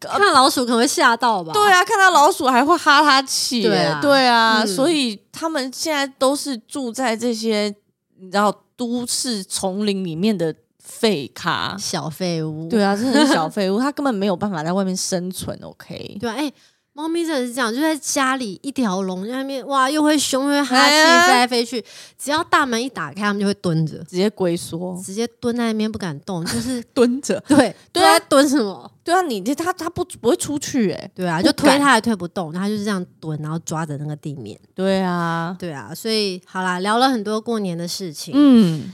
[SPEAKER 2] 看老鼠可能会吓到吧？
[SPEAKER 1] 对 *laughs* 啊，看到老鼠还会哈哈气耶。
[SPEAKER 2] 对啊
[SPEAKER 1] 对啊，
[SPEAKER 2] 嗯
[SPEAKER 1] 所以他们现在都是住在这些你知道都市丛林里面的废咖。
[SPEAKER 2] 小废物。
[SPEAKER 1] 啊对啊，这很小废物，它根本没有办法在外面生存。OK， *laughs*
[SPEAKER 2] 对啊，哎、猫咪真的是这样，就在家里一条龙在那边，哇，又会凶，又会哈气，
[SPEAKER 1] 哎呀
[SPEAKER 2] 飞来飞去。只要大门一打开，它们就会蹲着，
[SPEAKER 1] 直接龟缩，
[SPEAKER 2] 直接蹲在那边不敢动，就是 *laughs*
[SPEAKER 1] 蹲着。
[SPEAKER 2] 对，
[SPEAKER 1] 对啊
[SPEAKER 2] 不知道在蹲什么？
[SPEAKER 1] 对啊，你这它它不不会出去哎、
[SPEAKER 2] 对啊，
[SPEAKER 1] 不
[SPEAKER 2] 就推
[SPEAKER 1] 敢
[SPEAKER 2] 它也推不动，它就是这样蹲，然后抓着那个地面。
[SPEAKER 1] 对啊，
[SPEAKER 2] 对啊，所以好啦，聊了很多过年的事情。
[SPEAKER 1] 嗯，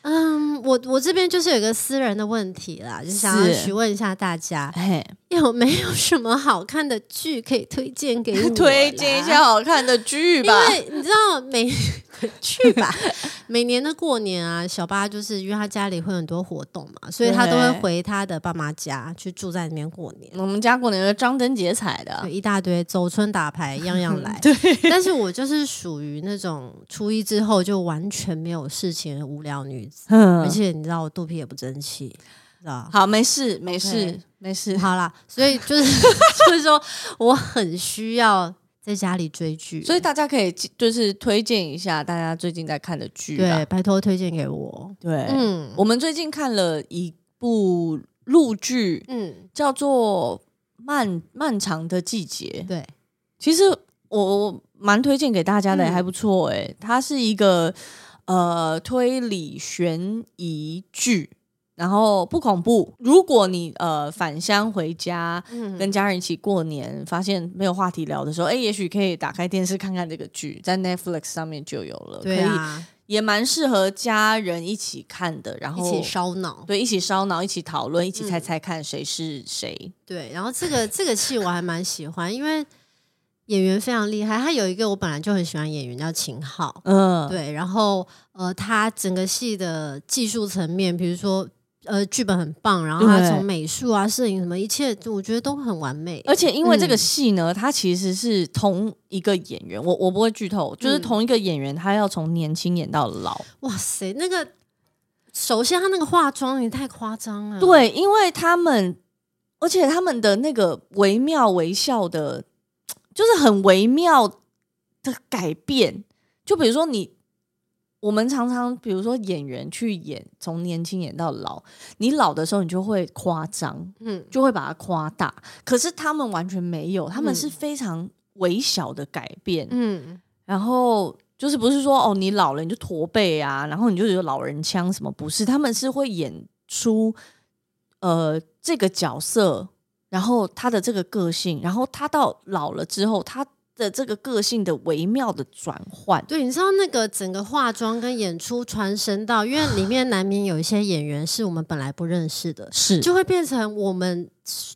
[SPEAKER 2] 嗯，我我这边就是有一个私人的问题啦，就想要
[SPEAKER 1] 是
[SPEAKER 2] 询问一下大家，
[SPEAKER 1] 哎，
[SPEAKER 2] 有没有什么好看的剧可以推荐给我？
[SPEAKER 1] *laughs* 推荐一下。好看的剧
[SPEAKER 2] 因
[SPEAKER 1] 吧。
[SPEAKER 2] 为你知道每 *laughs* 去吧， *laughs* 每年的过年啊，小八就是因为他家里会有很多活动嘛，所以他都会
[SPEAKER 1] 对
[SPEAKER 2] 回他的爸妈家去住在里面过年。
[SPEAKER 1] 我们家过年是张灯结彩的
[SPEAKER 2] 对，，一大堆走村打牌，
[SPEAKER 1] *laughs*
[SPEAKER 2] 样样来。
[SPEAKER 1] 对，
[SPEAKER 2] *laughs* 但是我就是属于那种初一之后就完全没有事情的无聊女子，而
[SPEAKER 1] 嗯，
[SPEAKER 2] 且你知道我肚皮也不争气，你知道。
[SPEAKER 1] 好，没事，没事
[SPEAKER 2] OK，
[SPEAKER 1] 没事。
[SPEAKER 2] 好啦，所以就是 *laughs* 就是说，我很需要在家里追剧，
[SPEAKER 1] 所以大家可以就是推荐一下大家最近在看的剧
[SPEAKER 2] 对，
[SPEAKER 1] 吧。
[SPEAKER 2] 拜托推荐给我。
[SPEAKER 1] 对，
[SPEAKER 2] 嗯
[SPEAKER 1] 我们最近看了一部陆剧，
[SPEAKER 2] 嗯，
[SPEAKER 1] 叫做《漫漫长的季节》。
[SPEAKER 2] 对，
[SPEAKER 1] 其实我我蛮推荐给大家的，
[SPEAKER 2] 嗯
[SPEAKER 1] 还不错哎、它是一个呃推理悬疑剧，然后不恐怖。如果你呃返乡回家，
[SPEAKER 2] 嗯
[SPEAKER 1] 跟家人一起过年，发现没有话题聊的时候，哎、也许可以打开电视看看这个剧，在 Netflix 上面就有了，
[SPEAKER 2] 对啊，
[SPEAKER 1] 可以也蛮适合家人一起看的，然
[SPEAKER 2] 一
[SPEAKER 1] 后
[SPEAKER 2] 起烧嗯脑。
[SPEAKER 1] 对一起烧脑，一起讨论，一起猜猜看谁是谁。
[SPEAKER 2] 对，然后这个这个戏我还蛮喜欢，因为演员非常厉害。他有一个我本来就很喜欢演员叫秦昊，
[SPEAKER 1] 嗯，
[SPEAKER 2] 对，然后呃，他整个戏的技术层面，比如说呃剧本很棒，然后他
[SPEAKER 1] 对
[SPEAKER 2] 从美术啊、摄影什么一切，我觉得都很完美。
[SPEAKER 1] 而且因为这个
[SPEAKER 2] 嗯
[SPEAKER 1] 戏呢，它其实是同一个演员，我我不会剧透，就是
[SPEAKER 2] 嗯
[SPEAKER 1] 同一个演员，他要从年轻演到老。
[SPEAKER 2] 哇塞，那个首先他那个化妆也太夸张了，
[SPEAKER 1] 对，因为他们，而且他们的那个惟妙惟肖的，就是很微妙的改变。就比如说你，我们常常比如说演员去演，从年轻演到老，你老的时候你就会夸张，
[SPEAKER 2] 嗯，
[SPEAKER 1] 就会把它夸大。可是他们完全没有，他们是
[SPEAKER 2] 嗯
[SPEAKER 1] 非常微小的改变。
[SPEAKER 2] 嗯
[SPEAKER 1] 然后就是不是说哦你老了你就驼背啊，然后你就有老人腔什么？不是，他们是会演出呃这个角色，然后他的这个个性，然后他到老了之后，他的这个个性的微妙的转换。
[SPEAKER 2] 对，你知道那个整个化妆跟演出传神到，因为里面难免有一些演员是我们本来不认识的，
[SPEAKER 1] 是
[SPEAKER 2] 就会变成我们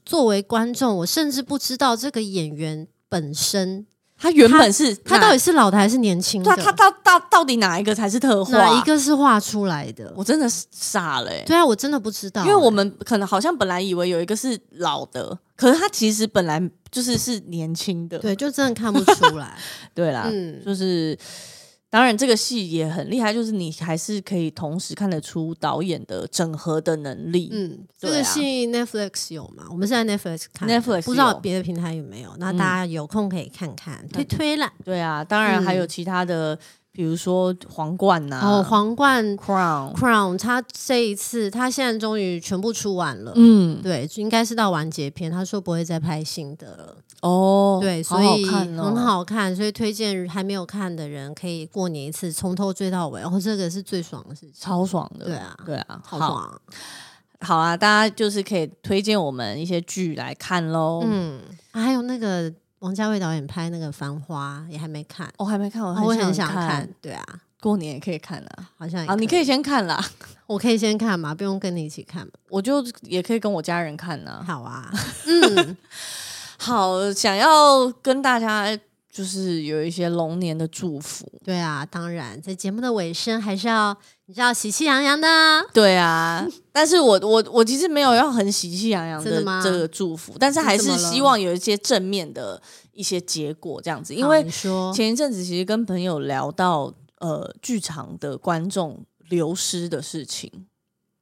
[SPEAKER 2] 作为观众，我甚至不知道这个演员本身
[SPEAKER 1] 他原本是
[SPEAKER 2] 他
[SPEAKER 1] 哪
[SPEAKER 2] 到底是老的还是年轻
[SPEAKER 1] 对
[SPEAKER 2] 的，
[SPEAKER 1] 啊，他到到到底哪一个才是特化？
[SPEAKER 2] 哪一？个是画出来的？
[SPEAKER 1] 我真的是傻了、欸，
[SPEAKER 2] 对啊，欸我真的不知道、
[SPEAKER 1] 因为我们可能好像本来以为有一个是老的，可是他其实本来就是是年轻的。
[SPEAKER 2] 欸对就真的看不出来。
[SPEAKER 1] *laughs* 对啦，
[SPEAKER 2] 嗯
[SPEAKER 1] 就是当然这个戏也很厉害，就是你还是可以同时看得出导演的整合的能力。
[SPEAKER 2] 嗯，这
[SPEAKER 1] 对
[SPEAKER 2] 个
[SPEAKER 1] 啊
[SPEAKER 2] 戏 Netflix 有吗？我们是在 Netflix 看的
[SPEAKER 1] Netflix
[SPEAKER 2] 不知道
[SPEAKER 1] 有嗯
[SPEAKER 2] 别的平台有没有。那大家有空可以看看，推推啦。
[SPEAKER 1] 对啊，当然还有其他的，比如说皇冠呐、
[SPEAKER 2] 嗯哦，皇冠 *laughs*
[SPEAKER 1] crown，
[SPEAKER 2] Crown，他这一次他现在终于全部出完了。
[SPEAKER 1] 嗯，
[SPEAKER 2] 对，应该是到完结篇，他说不会再拍新的了。
[SPEAKER 1] 哦，
[SPEAKER 2] 对，
[SPEAKER 1] 好
[SPEAKER 2] 所以
[SPEAKER 1] 好看哦，
[SPEAKER 2] 很好看，所以推荐还没有看的人可以过年一次从头追到尾，然、哦、后这个是最爽的事情，
[SPEAKER 1] 超爽的。
[SPEAKER 2] 对啊
[SPEAKER 1] 对啊，
[SPEAKER 2] 好爽啊、
[SPEAKER 1] 好啊，大家就是可以推荐我们一些剧来看喽。嗯，
[SPEAKER 2] 嗯，啊还有那个王家卫导演拍那个《繁花》也还没看，
[SPEAKER 1] 我、还没看，我
[SPEAKER 2] 哦我
[SPEAKER 1] 哦很
[SPEAKER 2] 很想
[SPEAKER 1] 看，，
[SPEAKER 2] 对啊，
[SPEAKER 1] 过年也可以看啊。
[SPEAKER 2] 好像也
[SPEAKER 1] 好，你可以，先看啦，
[SPEAKER 2] 我可以先看嘛，不用跟你一起看嘛，
[SPEAKER 1] 我就也可以跟我家人看呐、
[SPEAKER 2] 好啊，嗯，
[SPEAKER 1] 好，想要跟大家就是有一些龙年的祝福。
[SPEAKER 2] 对啊，当然，在节目的尾声还是要你知道喜气洋洋的啊，
[SPEAKER 1] 对
[SPEAKER 2] *laughs*
[SPEAKER 1] 啊，但是我我我其实没有要很喜气洋洋
[SPEAKER 2] 真
[SPEAKER 1] 的
[SPEAKER 2] 的吗
[SPEAKER 1] 这个祝福，但是还
[SPEAKER 2] 你
[SPEAKER 1] 是
[SPEAKER 2] 怎么了
[SPEAKER 1] 希望有一些正面的一些结果这样子，因
[SPEAKER 2] 好
[SPEAKER 1] 为
[SPEAKER 2] 你说
[SPEAKER 1] 前一阵子其实跟朋友聊到呃剧场的观众流失的事情，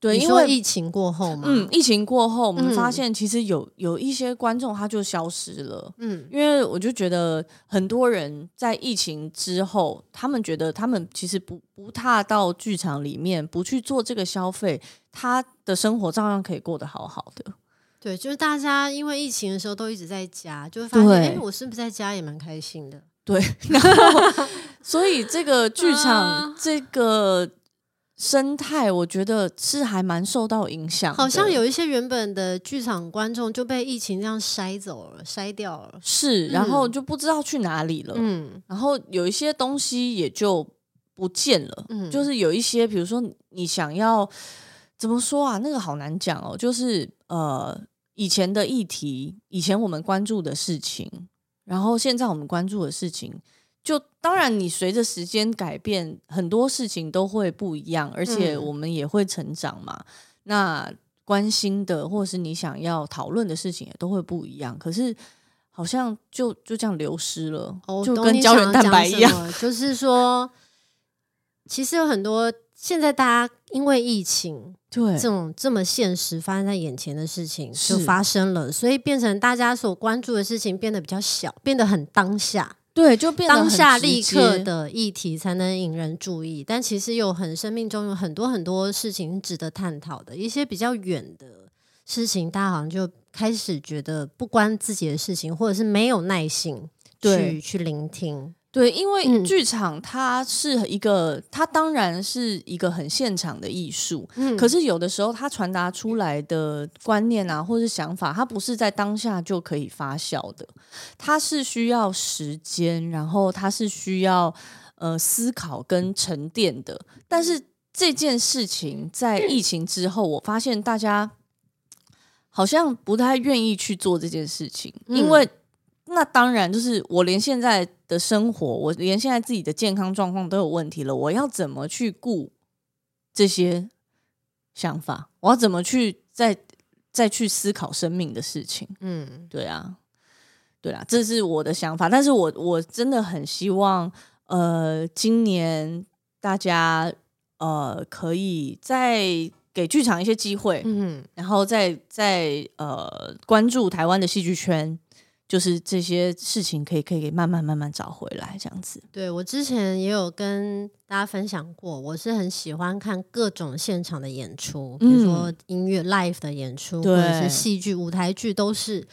[SPEAKER 1] 对，
[SPEAKER 2] 你
[SPEAKER 1] 因
[SPEAKER 2] 说
[SPEAKER 1] 为
[SPEAKER 2] 疫情过后嘛，
[SPEAKER 1] 嗯疫情过后，我们
[SPEAKER 2] 嗯
[SPEAKER 1] 发现其实有有一些观众他就消失了。
[SPEAKER 2] 嗯，
[SPEAKER 1] 因为我就觉得很多人在疫情之后，他们觉得他们其实不不踏到剧场里面，不去做这个消费，他的生活照样可以过得好好的。
[SPEAKER 2] 对，就是大家因为疫情的时候都一直在家，就会发现，
[SPEAKER 1] 对
[SPEAKER 2] 哎、我是不是在家也蛮开心的？
[SPEAKER 1] 对， *laughs* 然后所以这个剧场
[SPEAKER 2] 啊
[SPEAKER 1] 这个生态，我觉得是还蛮受到影响的，
[SPEAKER 2] 好像有一些原本的剧场观众就被疫情这样筛走了、筛掉了。
[SPEAKER 1] 是，然后
[SPEAKER 2] 嗯
[SPEAKER 1] 就不知道去哪里了，
[SPEAKER 2] 嗯，
[SPEAKER 1] 然后有一些东西也就不见了，
[SPEAKER 2] 嗯
[SPEAKER 1] 就是有一些，比如说你想要怎么说啊，那个好难讲哦，就是呃以前的议题，以前我们关注的事情，然后现在我们关注的事情。就当然，你随着时间改变，很多事情都会不一样，而且
[SPEAKER 2] 嗯
[SPEAKER 1] 我们也会成长嘛。那关心的或者是你想要讨论的事情也都会不一样，可是好像就就这样流失了，
[SPEAKER 2] 哦，我
[SPEAKER 1] 就
[SPEAKER 2] 懂
[SPEAKER 1] 跟
[SPEAKER 2] 你
[SPEAKER 1] 胶
[SPEAKER 2] 想
[SPEAKER 1] 原
[SPEAKER 2] 要
[SPEAKER 1] 蛋
[SPEAKER 2] 讲
[SPEAKER 1] 白一
[SPEAKER 2] 什
[SPEAKER 1] 样。
[SPEAKER 2] 么，就是说，其实有很多现在大家因为疫情
[SPEAKER 1] 对
[SPEAKER 2] 这种这么现实发生在眼前的事情
[SPEAKER 1] 是
[SPEAKER 2] 就发生了，所以变成大家所关注的事情变得比较小，变得很当下。
[SPEAKER 1] 对，就变得
[SPEAKER 2] 当
[SPEAKER 1] 很
[SPEAKER 2] 下
[SPEAKER 1] 直
[SPEAKER 2] 立
[SPEAKER 1] 接
[SPEAKER 2] 刻的议题才能引人注意，但其实有很生命中有很多很多事情是值得探讨的，一些比较远的事情，大家好像就开始觉得不关自己的事情，或者是没有耐心
[SPEAKER 1] 对
[SPEAKER 2] 去去聆听。
[SPEAKER 1] 对，因为
[SPEAKER 2] 嗯
[SPEAKER 1] 剧场它是一个，它当然是一个很现场的艺术，
[SPEAKER 2] 嗯
[SPEAKER 1] 可是有的时候它传达出来的观念啊，或是想法，它不是在当下就可以发酵的，它是需要时间，然后它是需要呃思考跟沉淀的。但是这件事情在疫情之后，我发现大家好像不太愿意去做这件事情，
[SPEAKER 2] 嗯
[SPEAKER 1] 因为那当然就是我连现在的生活，我连现在自己的健康状况都有问题了，我要怎么去顾这些想法？我要怎么去再再去思考生命的事情？
[SPEAKER 2] 嗯，
[SPEAKER 1] 对啊，对啊，这是我的想法，但是我我真的很希望，呃，今年大家呃可以再给剧场一些机会，
[SPEAKER 2] 嗯，
[SPEAKER 1] 然后再再呃关注台湾的戏剧圈。就是这些事情可以可以慢慢慢慢找回来，这样子。
[SPEAKER 2] 对我之前也有跟大家分享过，我是很喜欢看各种现场的嗯演出，比如说音乐 live 的演出，
[SPEAKER 1] 对
[SPEAKER 2] 或者是戏剧、舞台剧都是。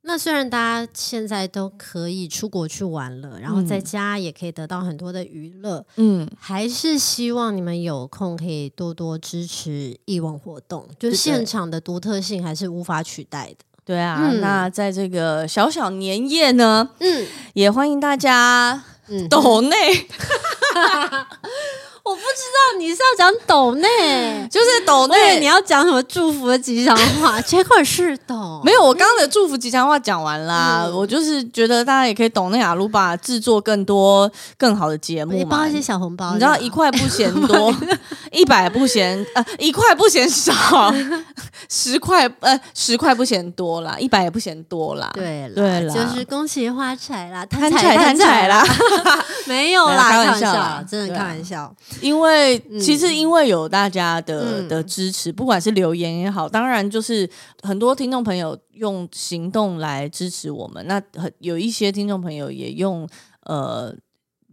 [SPEAKER 2] 那虽然大家现在都可以出国去玩了，然后在家也可以得到很多的娱乐，
[SPEAKER 1] 嗯，
[SPEAKER 2] 还是希望你们有空可以多多支持义文活动，就
[SPEAKER 1] 对
[SPEAKER 2] 是现场的独特性还是无法取代的。
[SPEAKER 1] 对啊。
[SPEAKER 2] 嗯
[SPEAKER 1] 那在这个小小年夜呢，
[SPEAKER 2] 嗯
[SPEAKER 1] 也欢迎大
[SPEAKER 2] *laughs*
[SPEAKER 1] 家
[SPEAKER 2] 嗯，
[SPEAKER 1] 抖内，，
[SPEAKER 2] 我不知道你是要讲抖内
[SPEAKER 1] 就是抖
[SPEAKER 2] 我以为
[SPEAKER 1] 内
[SPEAKER 2] 你。要讲什么祝福的吉祥
[SPEAKER 1] *laughs*
[SPEAKER 2] 话，结果是抖，
[SPEAKER 1] 没有，我刚刚的祝福吉祥话讲完啦。
[SPEAKER 2] 哦嗯
[SPEAKER 1] 我就是觉得大家也可以抖内阿鲁巴制作更多更好的节目
[SPEAKER 2] 你
[SPEAKER 1] 嘛
[SPEAKER 2] 包一。些小红包，
[SPEAKER 1] 你知道一块不嫌
[SPEAKER 2] *laughs*
[SPEAKER 1] 多，一百不嫌呃一块不嫌少，十块呃十块不嫌多啦，一百也不嫌多啦。
[SPEAKER 2] 对啦
[SPEAKER 1] 对啦
[SPEAKER 2] 就是恭喜发财啦，
[SPEAKER 1] 贪
[SPEAKER 2] 贪，
[SPEAKER 1] 财贪财啦，
[SPEAKER 2] *laughs* 没有
[SPEAKER 1] 没有
[SPEAKER 2] 啦，
[SPEAKER 1] 开
[SPEAKER 2] 开
[SPEAKER 1] 玩
[SPEAKER 2] 玩
[SPEAKER 1] 笑
[SPEAKER 2] 笑
[SPEAKER 1] 啦
[SPEAKER 2] 啦，真的
[SPEAKER 1] 对啊
[SPEAKER 2] 开玩笑，
[SPEAKER 1] 因为其实因为有大家的、
[SPEAKER 2] 嗯
[SPEAKER 1] 的支持，不管是留言也好，当然就是很多听众朋友用行动来支持我们。那很有一些听众朋友也用呃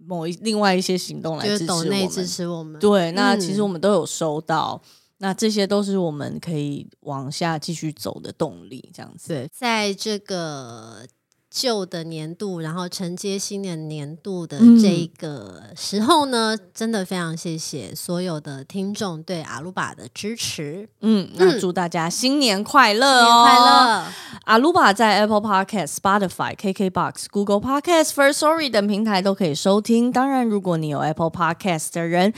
[SPEAKER 1] 某一另外一些行啊动来
[SPEAKER 2] 就
[SPEAKER 1] 支
[SPEAKER 2] 是
[SPEAKER 1] 持我
[SPEAKER 2] 抖内支
[SPEAKER 1] 们。
[SPEAKER 2] 持我们，
[SPEAKER 1] 对，那
[SPEAKER 2] 嗯
[SPEAKER 1] 其实我们都有收到，那这些都是我们可以往下继续走的动力，这样子。
[SPEAKER 2] 对，在这个旧的年度，然后承接新的年度的
[SPEAKER 1] 嗯
[SPEAKER 2] 这一个时候呢，真的非常谢谢所有的听众对阿鲁巴的支持，
[SPEAKER 1] 嗯，那
[SPEAKER 2] 嗯
[SPEAKER 1] 祝大家新年快乐
[SPEAKER 2] 新
[SPEAKER 1] 哦！
[SPEAKER 2] 年快乐！
[SPEAKER 1] 阿鲁巴在 Apple Podcast、Spotify、KKBox、Google Podcast、First Story 等平台都可以收听。当然，如果你有 Apple Podcast 的人，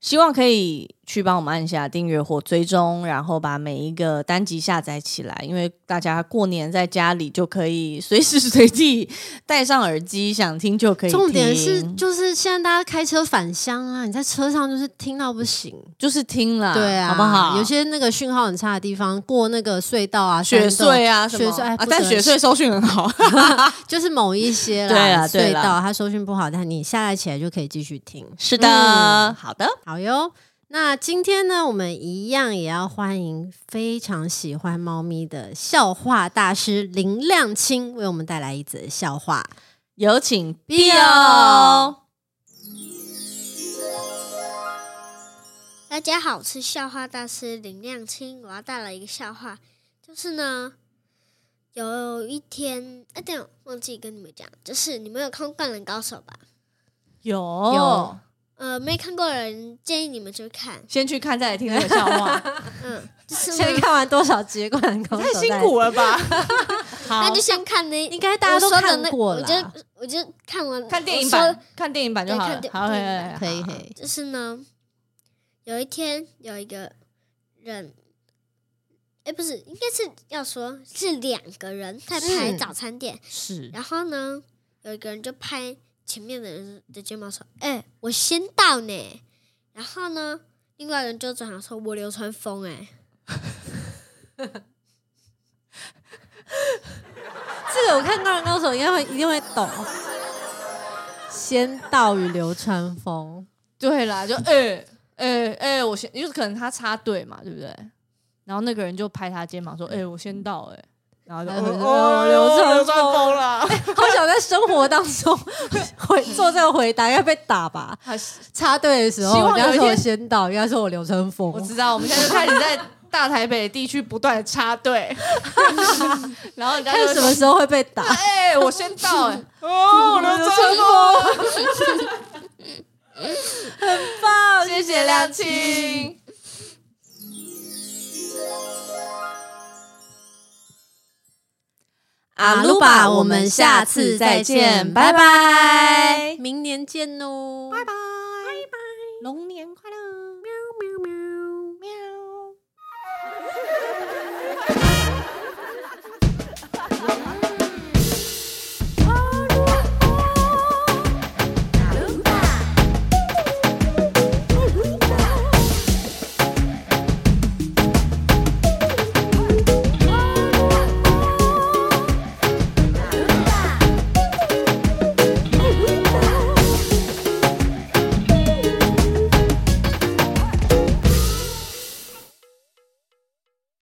[SPEAKER 1] 希望可以去帮我们按下订阅或追踪，然后把每一个单集下载起来，因为大家过年在家里就可以随时随地戴上耳机，想听就可以听。
[SPEAKER 2] 重点是，就是现在大家开车返乡啊，你在车上就是听到不行，
[SPEAKER 1] 就是听了，
[SPEAKER 2] 对啊，
[SPEAKER 1] 好不好？
[SPEAKER 2] 有些那个讯号很差的地方，过那个隧道啊、
[SPEAKER 1] 雪
[SPEAKER 2] 山洞
[SPEAKER 1] 穗啊什么，
[SPEAKER 2] 雪穗哎
[SPEAKER 1] 啊，
[SPEAKER 2] 不
[SPEAKER 1] 但
[SPEAKER 2] 得
[SPEAKER 1] 雪穗收讯很好。 *laughs*
[SPEAKER 2] 就是某一些
[SPEAKER 1] 对啦
[SPEAKER 2] 啦，
[SPEAKER 1] 对
[SPEAKER 2] 隧
[SPEAKER 1] 啦
[SPEAKER 2] 道它收讯不好，但你下载起来就可以继续听。
[SPEAKER 1] 是的，
[SPEAKER 2] 嗯
[SPEAKER 1] 好的，
[SPEAKER 2] 好哟。那今天呢，我们一样也要欢迎非常喜欢猫咪的笑话大师林亮清，为我们带来一则笑话。
[SPEAKER 1] 有请 Bill
[SPEAKER 2] Bill。
[SPEAKER 4] 大家好，我是笑话大师林亮清，我要带来一个笑话，就是呢，有一天，哎、等一下忘记跟你们讲，就是你们有看《灌篮高手》吧？
[SPEAKER 1] 有
[SPEAKER 2] 有
[SPEAKER 4] 呃，没看过的人建议你们去看，
[SPEAKER 1] 先去看再来听这个笑话，
[SPEAKER 4] 嗯，就是
[SPEAKER 1] 啊
[SPEAKER 2] *laughs*
[SPEAKER 4] 呢
[SPEAKER 2] 先看完多少集《灌篮高手》？
[SPEAKER 1] 太辛苦了吧？好
[SPEAKER 4] 那就先看那，
[SPEAKER 2] 应该大家都
[SPEAKER 4] 我说的
[SPEAKER 2] 看
[SPEAKER 4] 那，
[SPEAKER 2] 过
[SPEAKER 4] 我
[SPEAKER 2] 了
[SPEAKER 4] 就我就看完
[SPEAKER 1] 看电影，
[SPEAKER 4] 我说
[SPEAKER 1] 版，看电影版就好了
[SPEAKER 4] 对。
[SPEAKER 1] 好，
[SPEAKER 4] 看电
[SPEAKER 2] 再来，可以可以。
[SPEAKER 4] 就是呢，有一天有一个人，哎、不是，应该是要说是两个人在拍
[SPEAKER 2] 是
[SPEAKER 4] 早餐店。
[SPEAKER 1] 是
[SPEAKER 4] 然后呢，有一个人就拍前面的人的睫毛说：“哎、我先到呢。”然后呢，另外一个人就转头说：“我流川枫。”哎，
[SPEAKER 2] 这个我看《灌篮高手》应该会一定会懂。仙道与流
[SPEAKER 1] *laughs*
[SPEAKER 2] 川枫，
[SPEAKER 1] 对啦，就哎哎哎，我先，就是可能他插队嘛，对不对？然后那个人就拍他肩膀说：“哎，我先到。”哎，然后就
[SPEAKER 2] 哎我
[SPEAKER 1] 哦，
[SPEAKER 2] 我
[SPEAKER 1] 流
[SPEAKER 2] 流川
[SPEAKER 1] 川
[SPEAKER 2] 枫
[SPEAKER 1] 枫了，
[SPEAKER 2] 好想在生活当中回做这个回答，应该被打吧？
[SPEAKER 1] 还
[SPEAKER 2] 插队的时候，
[SPEAKER 1] 希望
[SPEAKER 2] 人
[SPEAKER 1] 有一
[SPEAKER 2] 家
[SPEAKER 1] 天
[SPEAKER 2] 说我仙道，人家说我流川
[SPEAKER 1] *laughs*
[SPEAKER 2] 枫
[SPEAKER 1] 我，知道，我们现在就开始在大台北地区不断的插队， *laughs* 然后人家就
[SPEAKER 2] 看
[SPEAKER 1] 会
[SPEAKER 2] 什么时候会被打。
[SPEAKER 1] 哎、我先到哎、 *laughs* 哦，刘川枫，很棒， *laughs* 谢谢亮青。阿鲁巴，我们下次再见，拜拜，
[SPEAKER 2] 明年见喽，拜拜。
[SPEAKER 1] 拜。